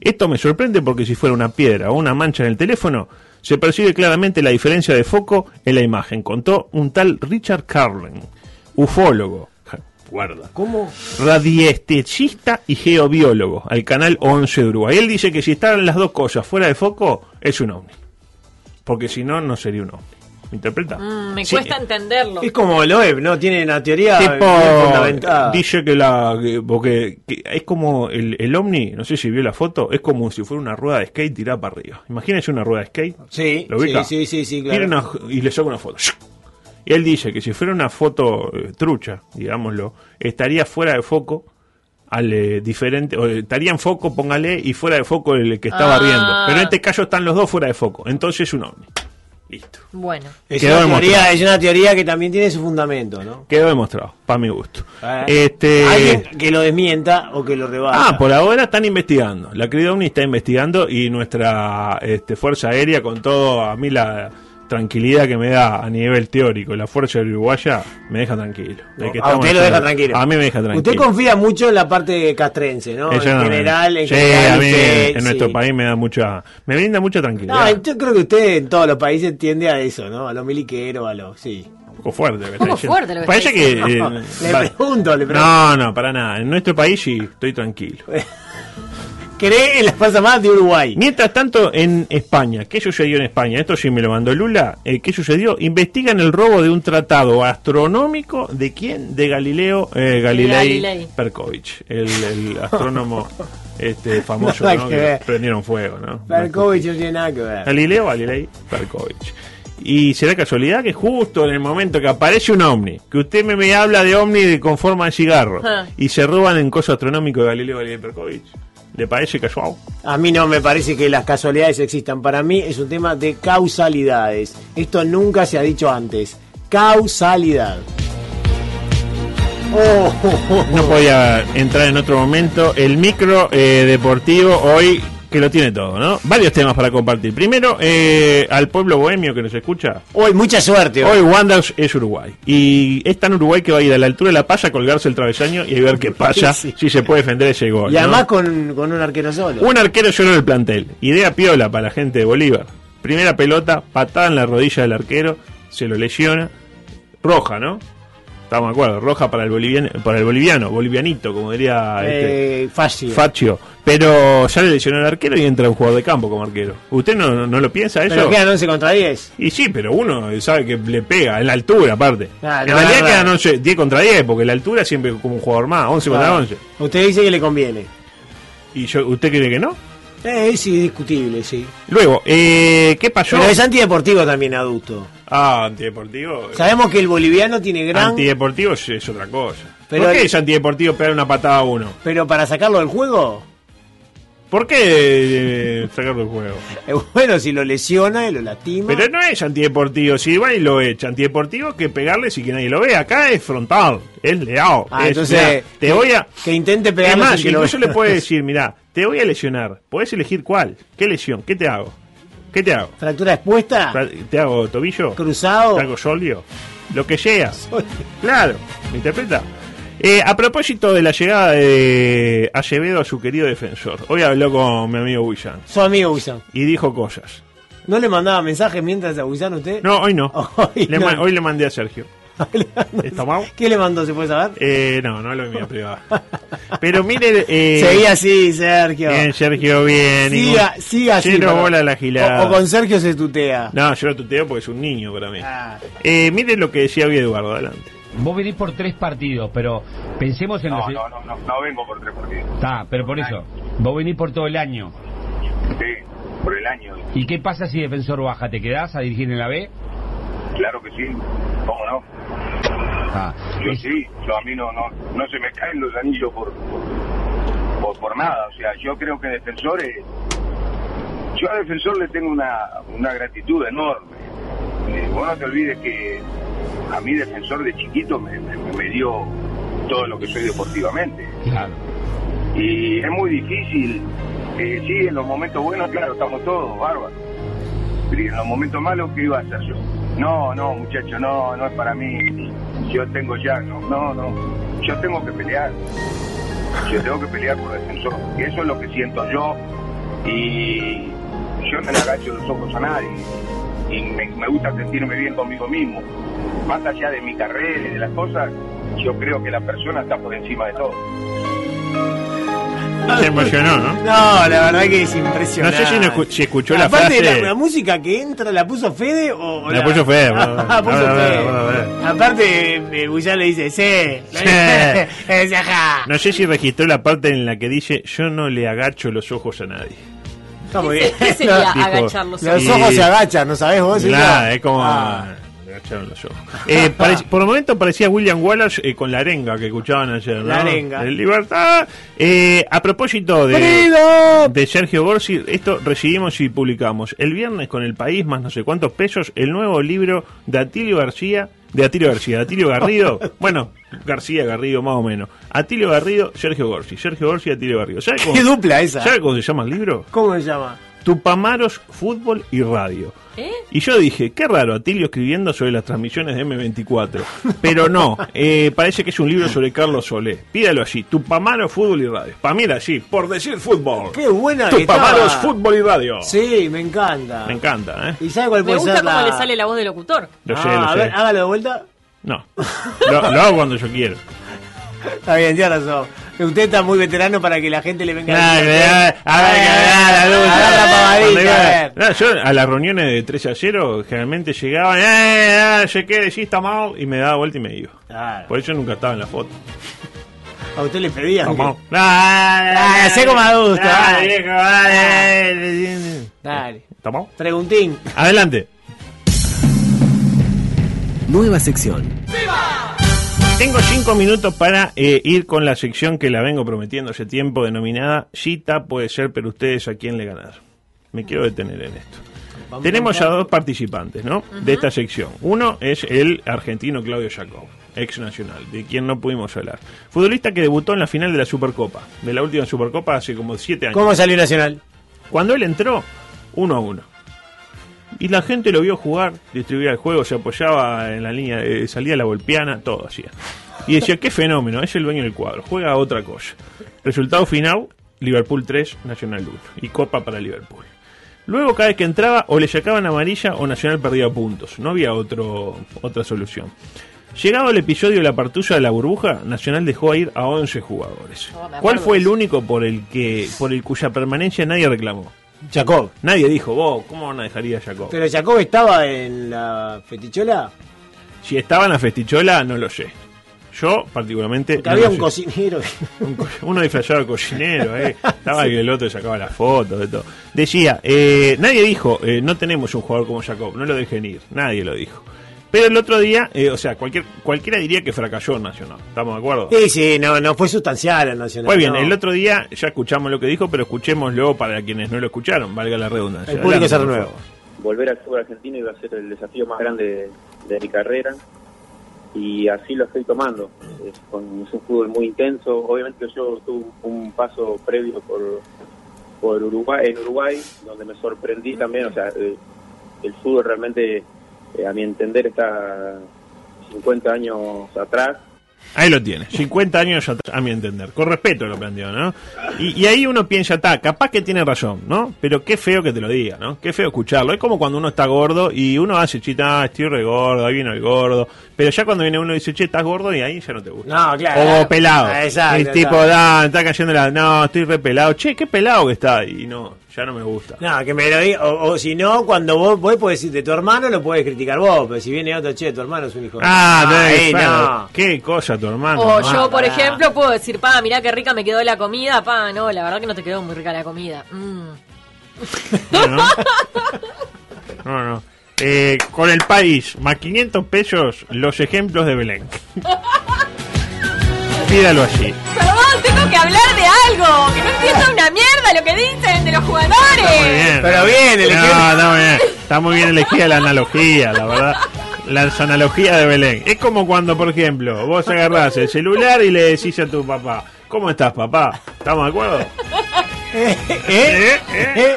S6: Esto me sorprende porque si fuera una piedra o una mancha en el teléfono, se percibe claramente la diferencia de foco en la imagen, contó un tal Richard Carlin, ufólogo. Ja, Guarda
S7: ¿Cómo?
S6: radiestesista y geobiólogo al canal 11 de Uruguay. Él dice que si están las dos cosas fuera de foco, es un ovni. Porque si no, no sería un ovni. ¿Me interpreta?
S5: Mm, me
S6: Sí.
S5: cuesta entenderlo.
S7: Es como el
S6: E
S7: OEB, ¿no? Tiene una teoría bien
S6: Tipo,
S7: fundamentada.
S6: dice que la. que- porque que es como el, el ovni, no sé si vio la foto, es como si fuera una rueda de skate tirada para arriba. Imagínese una rueda de skate.
S7: Sí,
S6: ¿Lo ubica?
S7: sí, sí, sí, sí, claro.
S6: Tira una- y le saca una foto. Y él dice que si fuera una foto eh, trucha, digámoslo, estaría fuera de foco al eh, diferente, o, eh, estaría en foco, póngale, y fuera de foco el que estaba
S5: Ah.
S6: riendo. Pero en este caso están los dos fuera de foco. Entonces es un ovni. Listo.
S5: Bueno,
S7: Es
S6: Quedó
S7: una, teoría,
S6: demostrado.
S7: es una teoría que también tiene su fundamento, ¿no?
S6: Quedó demostrado, para mi gusto.
S7: Eh,
S6: Este,
S7: Alguien que lo desmienta o que lo rebata.
S6: Ah, por ahora están investigando. La querida Omni está investigando y nuestra este, Fuerza Aérea, con todo, a mí la tranquilidad que me da a nivel teórico, la Fuerza Uruguaya me deja tranquilo. De que estamos
S7: a usted lo
S6: haciendo-
S7: deja tranquilo.
S6: A mí me deja tranquilo.
S7: Usted confía mucho en la parte castrense, ¿no? En
S6: Exactamente.
S7: general, en
S6: Sí,
S7: general,
S6: a mí
S7: usted-
S6: en nuestro
S7: sí.
S6: país me da mucha. Me brinda mucha tranquilidad.
S7: No, yo creo que usted en todos los países tiende a eso, ¿no? A los miliqueros, a los. Sí.
S6: Un poco fuerte lo que
S5: poco
S6: está diciendo.
S5: fuerte lo que
S6: Parece
S5: está
S6: que. eh,
S7: Le
S6: va-
S7: pregunto, le pregunto.
S6: No, no, para nada. En nuestro país sí, estoy tranquilo.
S7: cree en las Fuerzas Armadas de Uruguay.
S6: Mientras tanto, en España, ¿qué sucedió en España? Esto sí me lo mandó Lula. Eh, ¿Qué sucedió? Investigan el robo de un tratado astronómico de quién? De Galileo eh, Galilei,
S5: Galilei.
S6: Perkovich, el, el astrónomo este, famoso
S7: Nada
S6: ¿no?
S7: que
S6: que
S7: ver.
S6: prendieron fuego. ¿no?
S7: Perkovich no tiene nada que ver.
S6: Galileo Galilei Perkovich. Y será casualidad que justo en el momento que aparece un ovni, que usted me, me habla de ovni de, con forma de cigarro,
S5: Ah.
S6: y se roban en coso astronómico de Galileo Galilei Perkovich, ¿le parece casual?
S7: A mí no me parece que las casualidades existan. Para mí es un tema de causalidades. Esto nunca se ha dicho antes. Causalidad. Oh, oh, oh,
S6: No podía entrar en otro momento. El micro eh, deportivo hoy que lo tiene todo, ¿no? Varios temas para compartir. Primero, eh, al pueblo bohemio que nos escucha.
S7: Hoy mucha suerte.
S6: Hoy Wanderers es Uruguay. Y es tan Uruguay que va a ir a la altura de la palla, colgarse el travesaño y a ver qué pasa,
S7: Sí.
S6: si se puede defender ese gol.
S7: y
S6: ¿no?
S7: además con, con un arquero solo.
S6: Un arquero lloró en el plantel. Idea piola para la gente de Bolívar. Primera pelota, patada en la rodilla del arquero, se lo lesiona. Roja, ¿no? Estamos de acuerdo, roja para el boliviano, para el boliviano, bolivianito, como diría este,
S7: Eh, fácil.
S6: Faccio. Pero ya le lesionó el arquero y entra un jugador de campo como arquero. ¿Usted no, no- no lo piensa eso?
S7: Pero quedan 11 contra 10.
S6: Y sí, pero uno sabe que le pega, en la altura aparte.
S7: Ah,
S6: en
S7: no,
S6: realidad
S7: no,
S6: quedan
S7: no.
S6: 11, 10 contra 10, porque la altura siempre como un jugador más, 11 contra 11.
S7: Ah. Usted dice que le conviene.
S6: ¿Y yo, usted cree que no?
S7: Eh, es indiscutible, sí.
S6: Luego, eh, ¿qué pasó?
S7: Pero es antideportivo también, adulto.
S6: Ah, antideportivo. eh.
S7: Sabemos que el boliviano tiene gran.
S6: Antideportivo es, es otra cosa.
S7: Pero
S6: ¿Por qué
S7: el-
S6: es antideportivo pegar una patada a uno?
S7: Pero para sacarlo del juego,
S6: ¿Por qué eh, sacarlo del juego?
S7: eh, bueno, si lo lesiona y lo lastima.
S6: Pero no es antideportivo, si va y lo echa. Antideportivo es que pegarle sin que nadie lo vea. Acá es frontal, es leal.
S7: Ah,
S6: es-
S7: entonces,
S6: mirá, te voy a.
S7: que intente
S6: Es
S7: pegarle
S6: más,
S7: sin que lo
S6: incluso
S7: vea.
S6: le puede decir, mirá, te voy a lesionar. Podés elegir cuál. ¿Qué lesión? ¿Qué te hago? ¿Qué te hago?
S7: Fractura expuesta,
S6: ¿Te hago tobillo?
S7: Ah. cruzado.
S6: Algo sólido. Lo que sea. Claro, ¿me interpreta? Eh, a propósito de la llegada de Acevedo a su querido defensor, hoy habló con mi amigo William
S7: Su amigo Guisán.
S6: y dijo cosas.
S7: ¿No le mandaba mensajes mientras a Guisán usted?
S6: No, hoy no.
S7: Hoy
S6: Le
S7: no.
S6: ma- hoy le mandé a Sergio. ¿Está mal?
S7: ¿Qué le mandó? ¿Se puede saber?
S6: Eh, no, no lo envié a privado. Pero mire. eh,
S7: Seguía así, Sergio.
S6: Bien, Sergio, bien.
S7: siga,
S6: ningún-
S7: siga así.
S6: Cero
S7: pero-
S6: bola la gilada.
S7: O, o con Sergio se tutea.
S6: No, yo lo tuteo porque es un niño para mí.
S7: Ah.
S6: Eh, mire lo que decía hoy Eduardo, adelante.
S10: Vos venís por tres partidos, pero pensemos en los...
S3: no, no, no vengo por tres partidos.
S10: Está, pero por eso. Vos venís por todo el año.
S3: Sí, por el año.
S10: ¿Y qué pasa si defensor baja? ¿Te quedás a dirigir en la B?
S3: Claro que sí. ¿Cómo no?
S10: Ah,
S3: Yo
S10: es-
S3: sí, yo a mí no, no, no se me caen los anillos por, por, por- por nada. O sea, yo creo que defensores. Yo a defensor le tengo una, una gratitud enorme. Eh, vos no te olvides que a mí defensor de chiquito me, me- me dio todo lo que soy deportivamente.
S10: claro.
S3: Y es muy difícil. Eh, sí, en los momentos buenos, claro, estamos todos bárbaros. Pero ¿y en los momentos malos, ¿qué iba a hacer yo? No, no, muchacho, no, no es para mí. Yo tengo ya, no, no, no. Yo tengo que pelear. Yo tengo que pelear por defensor. Y eso es lo que siento yo. Y yo no le agacho los ojos a nadie. Y me, me gusta sentirme bien conmigo mismo. Más allá de mi carrera y de las cosas, yo creo que la persona está por encima de todo.
S6: Se emocionó, ¿no?
S7: No, la verdad que es
S6: No
S7: impresionante.
S6: sé si, no escu- si escuchó la
S7: Aparte,
S6: frase.
S7: La, la música que entra, ¿la puso Fede o.? o
S6: La puso Fede, bueno,
S7: Ah, puso
S6: bueno,
S7: Fede.
S6: bueno, bueno.
S7: Aparte, eh, Guyá le dice, sí.
S6: Sí.
S7: Ese, ajá.
S6: No sé si registró la parte en la que dice yo no le agacho los ojos a nadie.
S7: Está muy
S5: ¿Qué,
S7: bien.
S5: qué sería
S6: Dijo,
S5: agachar los
S7: Los
S6: Sí.
S5: ojos?
S7: ojos se agachan, ¿no sabés vos?
S6: Claro,
S7: Isa?
S6: es como
S7: Ah.
S6: le agacharon los ojos. Eh, parec- por el momento parecía William Wallace eh, con la arenga que escuchaban ayer, ¿no?
S7: La arenga.
S6: De libertad. Eh, a propósito de,
S7: ¡Querido!
S6: de Sergio Gorsi, esto recibimos y publicamos el viernes con El País más no sé cuántos pesos el nuevo libro de Atilio García, de Atilio García, de Atilio Garrido, bueno, García Garrido más o menos. Atilio Garrido, Sergio Gorsi, Sergio Gorsi, Atilio Garrido. ¿Sabe cómo-
S7: ¡Qué dupla esa!
S6: ¿Sabe cómo se llama el libro?
S7: ¿Cómo se llama?
S6: Tupamaros, fútbol y radio.
S5: ¿Eh?
S6: Y yo dije, qué raro, Atilio escribiendo sobre las transmisiones de M24. Pero no, eh, parece que es un libro sobre Carlos Solé. Pídalo así, Tupamaros, fútbol y radio. Para mí era así, por decir fútbol.
S7: ¡Qué buena que
S6: Tupamaros,
S7: estaba.
S6: fútbol y radio.
S7: Sí, me encanta.
S6: Me encanta, ¿eh?
S7: ¿Y sabe cuál
S5: Me
S7: puede
S5: gusta
S7: ser
S5: cómo
S7: la-
S5: le sale la voz del locutor.
S6: Lo
S7: Ah,
S6: sé, lo
S7: a
S6: sé.
S7: ver, hágalo de vuelta.
S6: No, lo, lo hago cuando yo quiero.
S7: Está bien, tiene razón. Usted está muy veterano para que la gente le venga
S6: Claro,
S7: decir-
S6: a ver, que me da la luz.
S7: Agarra la pavadita,
S6: Cuando iba-
S7: a ver.
S6: No, yo a las reuniones de 3 ayer generalmente llegaban, eh, eh, llegué de allí, está mal, y me daba vuelta y me iba.
S7: Claro.
S6: Por eso nunca estaba en la foto.
S7: A usted le pedían. que-
S6: Como, dale,
S7: Dale, sé como adulto,
S6: Dale,
S7: dale.
S6: viejo, dale.
S7: Dale.
S6: ¿Está mal?
S7: Preguntín.
S6: Adelante.
S1: Nueva sección.
S6: Tengo cinco minutos para eh, ir con la sección que la vengo prometiendo hace tiempo, denominada Cita puede ser, pero ustedes a quién le ganar. Me quiero detener en esto. Tenemos ya dos participantes, ¿no? De esta sección. Uno es el argentino Claudio Jacob, ex nacional, de quien no pudimos hablar. Futbolista que debutó en la final de la Supercopa, de la última Supercopa hace como siete años.
S7: ¿Cómo salió Nacional?
S6: Cuando él entró, uno a uno. Y la gente lo vio jugar, distribuía el juego, se apoyaba en la línea de salida la golpeana, todo hacía. Y decía, qué fenómeno, es el dueño del cuadro, juega a otra cosa. Resultado final, Liverpool 3, Nacional 1. Y copa para Liverpool. Luego cada vez que entraba o le sacaban amarilla o Nacional perdía puntos. No había otro, otra solución. Llegado el episodio de la partusa de la burbuja, Nacional dejó a ir a 11 jugadores.
S5: Oh, me
S6: ¿Cuál
S5: acuerdo
S6: fue
S5: de
S6: el único por el que por el cuya permanencia nadie reclamó?
S7: Jacob.
S6: Nadie dijo, vos, ¿cómo van a dejar a Jacob?
S7: Pero Jacob estaba en la fetichola.
S6: Si estaba en la festichola, no lo sé. Yo, particularmente.
S7: Porque
S6: no
S7: había
S6: lo
S7: un
S6: sé.
S7: cocinero.
S6: Un co- Uno disfrazado de cocinero, ¿eh? Estaba que el otro sacaba las fotos, de todo. Decía, eh, nadie dijo, eh, no tenemos un jugador como Jacob, no lo dejen ir. Nadie lo dijo. Pero el otro día, eh, o sea, cualquier, cualquiera diría que fracasó en Nacional. ¿Estamos de acuerdo?
S7: Sí, sí, no, no fue sustancial el Nacional.
S6: Muy bien,
S7: no.
S6: el otro día ya escuchamos lo que dijo, pero escuchémoslo para quienes no lo escucharon, valga la redundancia.
S7: El público se
S6: Adelante, por
S7: renueva.
S6: favor.
S11: volver al fútbol argentino iba a ser el desafío más grande de, de mi carrera y así lo estoy tomando. Es, con, es un fútbol muy intenso. Obviamente yo tuve un paso previo por, por Uruguay, en Uruguay, donde me sorprendí también. O sea, eh, el fútbol realmente, eh, a mi entender, está 50 años atrás
S6: Ahí lo tiene, 50 años atrás, a mi entender. Con respeto lo planteó, ¿no? Y, y ahí uno piensa, está, capaz que tiene razón, ¿no? Pero qué feo que te lo diga, ¿no? Qué feo escucharlo. Es como cuando uno está gordo y uno hace, chita, ah, estoy re gordo, ahí vino el gordo. Pero ya cuando viene uno y dice, che, estás gordo y ahí ya no te gusta.
S7: No, claro.
S6: o pelado.
S7: Ah, Exacto.
S6: el tipo,
S7: exacto.
S6: da, está cayendo la. No, estoy re pelado. Che, qué pelado que está. Y no, ya no me gusta.
S7: No, que me lo diga. O, o si no, cuando vos, vos podés decir de tu hermano, lo puedes criticar vos. Pero si viene otro, che, tu hermano es un hijo. de-
S6: Ah,
S7: eh,
S6: no.
S7: no. Oh,
S6: Qué cosa tu hermano.
S5: O
S6: ¿no?
S5: yo, por
S7: pará.
S5: ejemplo, puedo decir, pa, mirá qué rica me quedó la comida. Pa, no, la verdad que no te quedó muy rica la comida. Mm.
S6: No, no. No, no. Eh, con el país, más 500 pesos, los ejemplos de Belén. Pídalo así.
S5: Perdón, tengo que hablar de algo. Que no entiendo una mierda lo que dicen de los
S6: Muy
S5: jugadores.
S7: Pero bien,
S6: No,
S7: el ejemplo.
S6: está muy bien. Está muy bien elegida la analogía, la verdad. Las analogías de Belén. Es como cuando, por ejemplo, vos agarrás el celular y le decís a tu papá, ¿cómo estás, papá? ¿Estamos de acuerdo? ¿Eh? ¿Eh?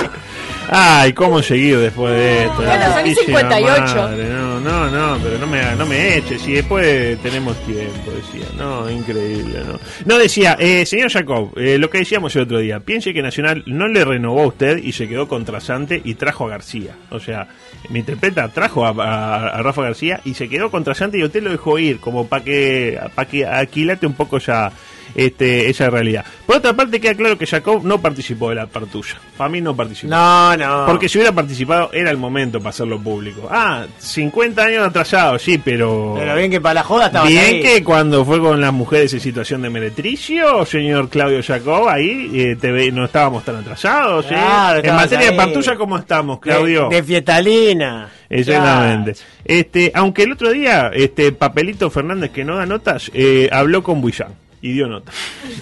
S6: Ay, cómo he seguido después de esto. la
S5: Bueno, son
S6: putísima
S5: 58.
S6: madre. No, no, no, pero no me, no me eches. Y después tenemos tiempo, decía. No, increíble, ¿no? No, decía, eh, señor Jacob, eh, lo que decíamos el otro día. Piense que Nacional no le renovó a usted y se quedó con Trasante y trajo a García. O sea, me interpreta, trajo a, a- a Rafa García y se quedó con Trasante y usted lo dejó ir, como para que, pa' que aquilate un poco ya este, esa realidad. Por otra parte, queda claro que Jacob no participó de la partulla. Para mí no participó.
S7: No, no.
S6: Porque si hubiera participado, era el momento para hacerlo público. Ah, 50 años atrasado, sí, pero.
S7: Pero bien que para la joda estaba
S6: Bien que cuando fue con las mujeres en situación de meretricio, señor Claudio Jacob, ahí eh, te ve- no estábamos tan atrasados. ¿eh?
S7: Claro,
S6: en
S7: estabas
S6: materia de
S7: ahí.
S6: partulla, ¿cómo estamos, Claudio?
S7: De, de fiestalina.
S6: Exactamente.
S7: Claro.
S6: Este, aunque el otro día, este Papelito Fernández, que no da notas, eh, habló con Buillán y dio notas.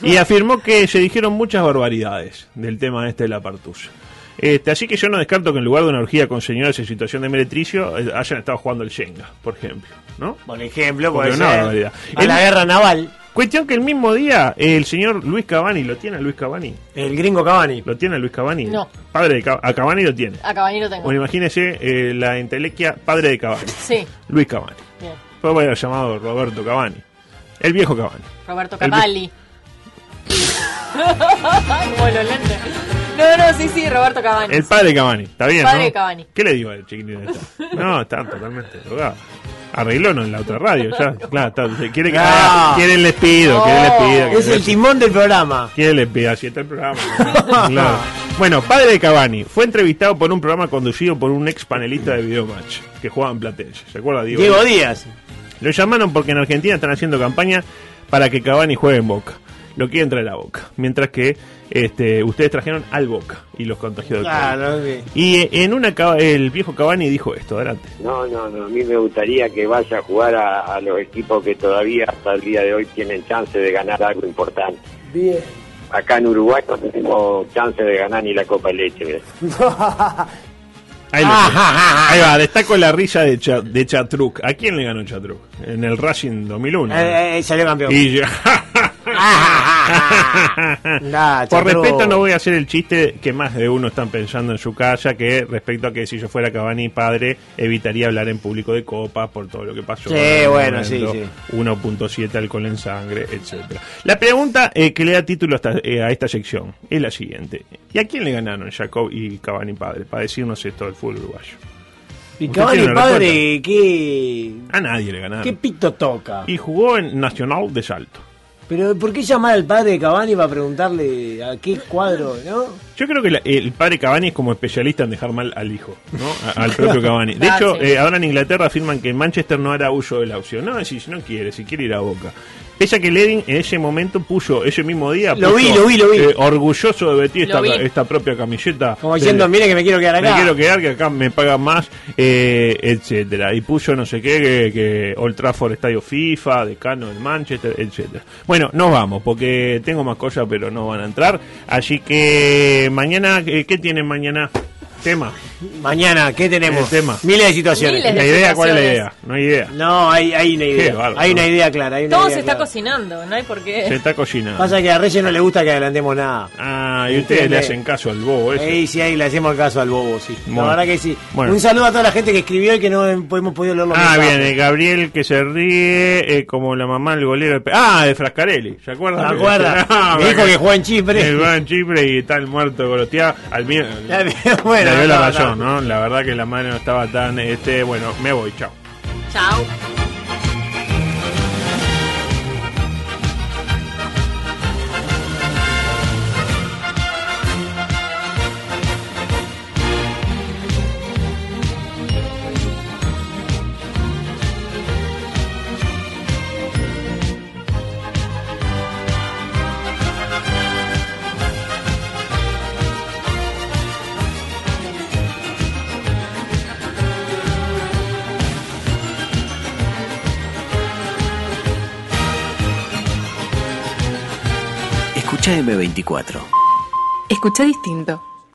S6: Y afirmó que se dijeron muchas barbaridades del tema este de la partusa. Este, así que yo no descarto que en lugar de una orgía con señoras en situación de meretricio eh, hayan estado jugando el Shenga, por ejemplo, ¿no?
S7: Por ejemplo,
S6: Porque
S7: puede
S6: una
S7: ser.
S6: barbaridad.
S7: A
S6: El-
S7: la guerra naval,
S6: Cuestión que el mismo día eh, el señor Luis Cavani, ¿lo tiene a Luis Cavani?
S7: el gringo Cavani.
S6: ¿Lo tiene a Luis Cavani?
S5: No.
S6: Padre de Ca- a Cavani lo tiene.
S5: A caballero Ah, tengo.
S6: Bueno, imagínese eh, la entelequia padre de Cavani,
S5: Sí,
S6: Luis Cavani.
S5: bien.
S6: Fue bueno llamado Roberto Cavani. El viejo Cavani.
S5: Roberto
S6: El-
S5: Cavalli. Como los lentes. No, no, sí, sí, Roberto Cavalli.
S6: El padre Cavani. ¿Está bien?
S5: Padre
S6: no?
S5: Cavani.
S6: ¿Qué le digo al chiquitín este? No, está totalmente drogado. Arregló no en la otra radio, ya. Claro, está, dice, quiere que haga- quieren les pido, quieren les pido.
S7: Es el timón del programa.
S6: Quieren les pido, así está el programa. Claro. Bueno, padre de Cavani fue entrevistado por un programa conducido por un ex panelista de Videomatch que jugaba en Platense. ¿Se acuerda, Diego?
S7: Diego Díaz.
S6: Lo llamaron porque en Argentina están haciendo campaña para que Cavani juegue en Boca. Lo quieren traer a Boca. Mientras que este, ustedes trajeron al Boca y los contagió de COVID.
S7: Claro, sí.
S6: Y eh, en una cava- el viejo Cavani dijo esto, adelante.
S12: No, no, no. A mí me gustaría que vaya a jugar a, a los equipos que todavía hasta el día de hoy tienen chance de ganar algo importante.
S2: Bien.
S12: Acá en Uruguay no tenemos chance de ganar ni la Copa de Leche. mirá.
S6: Ahí, lo-
S7: Ah,
S6: Ahí va, destaco la risa de, Cha- de Chatruc. ¿A quién le ganó Chatruc? En el Racing 2001.
S7: Eh, eh, salió campeón.
S6: Y yo-
S7: Nah,
S6: Por
S7: Chatruc.
S6: respeto no voy a hacer el chiste que más de uno están pensando en su casa, que respecto a que si yo fuera Cavani padre, evitaría hablar en público de copas por todo lo que pasó.
S7: Sí,
S6: en el
S7: bueno, sí, sí.
S6: 1.7 alcohol en sangre, etcétera. La pregunta eh, que le da título a esta, eh, a esta sección es la siguiente. ¿Y a quién le ganaron Jacob y Cavani padre? Para decirnos esto del fútbol uruguayo.
S7: Y
S6: ¿Usted
S7: Cavani
S6: tiene una
S7: padre, qué,
S6: A nadie le ganaron.
S7: qué pito toca.
S6: Y jugó en Nacional de Salto.
S7: Pero ¿por qué llamar al padre de Cavani para preguntarle a qué cuadro, no?
S6: Yo creo que la- el padre Cavani es como especialista en dejar mal al hijo, ¿no? A- al propio Cavani. De
S7: Ah,
S6: hecho,
S7: sí.
S6: eh, ahora en Inglaterra afirman que Manchester no hará uso de la opción. No, si no quiere, si quiere ir a Boca. Pese a que Ledin en ese momento puso, ese mismo día,
S7: Lo
S6: puso, eh,
S7: vi, lo vi, lo vi.
S6: orgulloso de vestir esta,
S7: Lo vi.
S6: esta propia camiseta.
S7: Como
S6: del-
S7: diciendo, mire que me quiero quedar acá.
S6: me quiero quedar, que acá me pagan más, eh, etcétera. Y puso no sé qué, que, que Old Trafford Estadio FIFA, decano del Manchester, etcétera. Bueno, nos vamos, porque tengo más cosas, pero no van a entrar. Así que mañana, eh, ¿qué tienen mañana? Tema.
S7: Mañana, ¿qué tenemos?
S6: El tema.
S7: Miles de situaciones.
S5: Miles de
S6: ¿La idea cuál es la
S5: situaciones.
S6: idea? No hay idea.
S7: No, hay, hay una idea.
S6: Qué bárbaro,
S7: hay
S6: ¿no?
S7: una idea clara. Hay una
S5: Todo
S7: idea
S5: se está
S7: clara.
S5: cocinando, no hay por
S6: Se
S5: qué.
S6: está cocinando.
S7: Pasa que a Reyes no le gusta que adelantemos nada.
S6: Ah, y ustedes le
S7: Entiende.
S6: hacen caso al bobo ese.
S7: Ahí sí, ahí le hacemos caso al bobo, sí.
S6: Bueno.
S7: La verdad que sí.
S6: Bueno.
S7: Un saludo a toda la gente que escribió y que no hemos podido leerlo.
S6: Ah, bien, eh, Gabriel que se ríe eh, como la mamá del golero. de Pe- Ah, de Frascarelli, ¿se acuerdan?
S7: ¿Se acuerda?
S6: Ah,
S7: Me dijo
S6: bueno.
S7: que juega en Chipre.
S6: Eh, juega en Chipre y está el muerto goloteado. Al mío,
S7: Ya, bien, bueno,
S6: le dio la
S7: no,
S6: razón, ¿no? La verdad que la madre no estaba tan. este Bueno, me voy, chao.
S5: Chao.
S1: Escucha M24.
S13: Escucha distinto.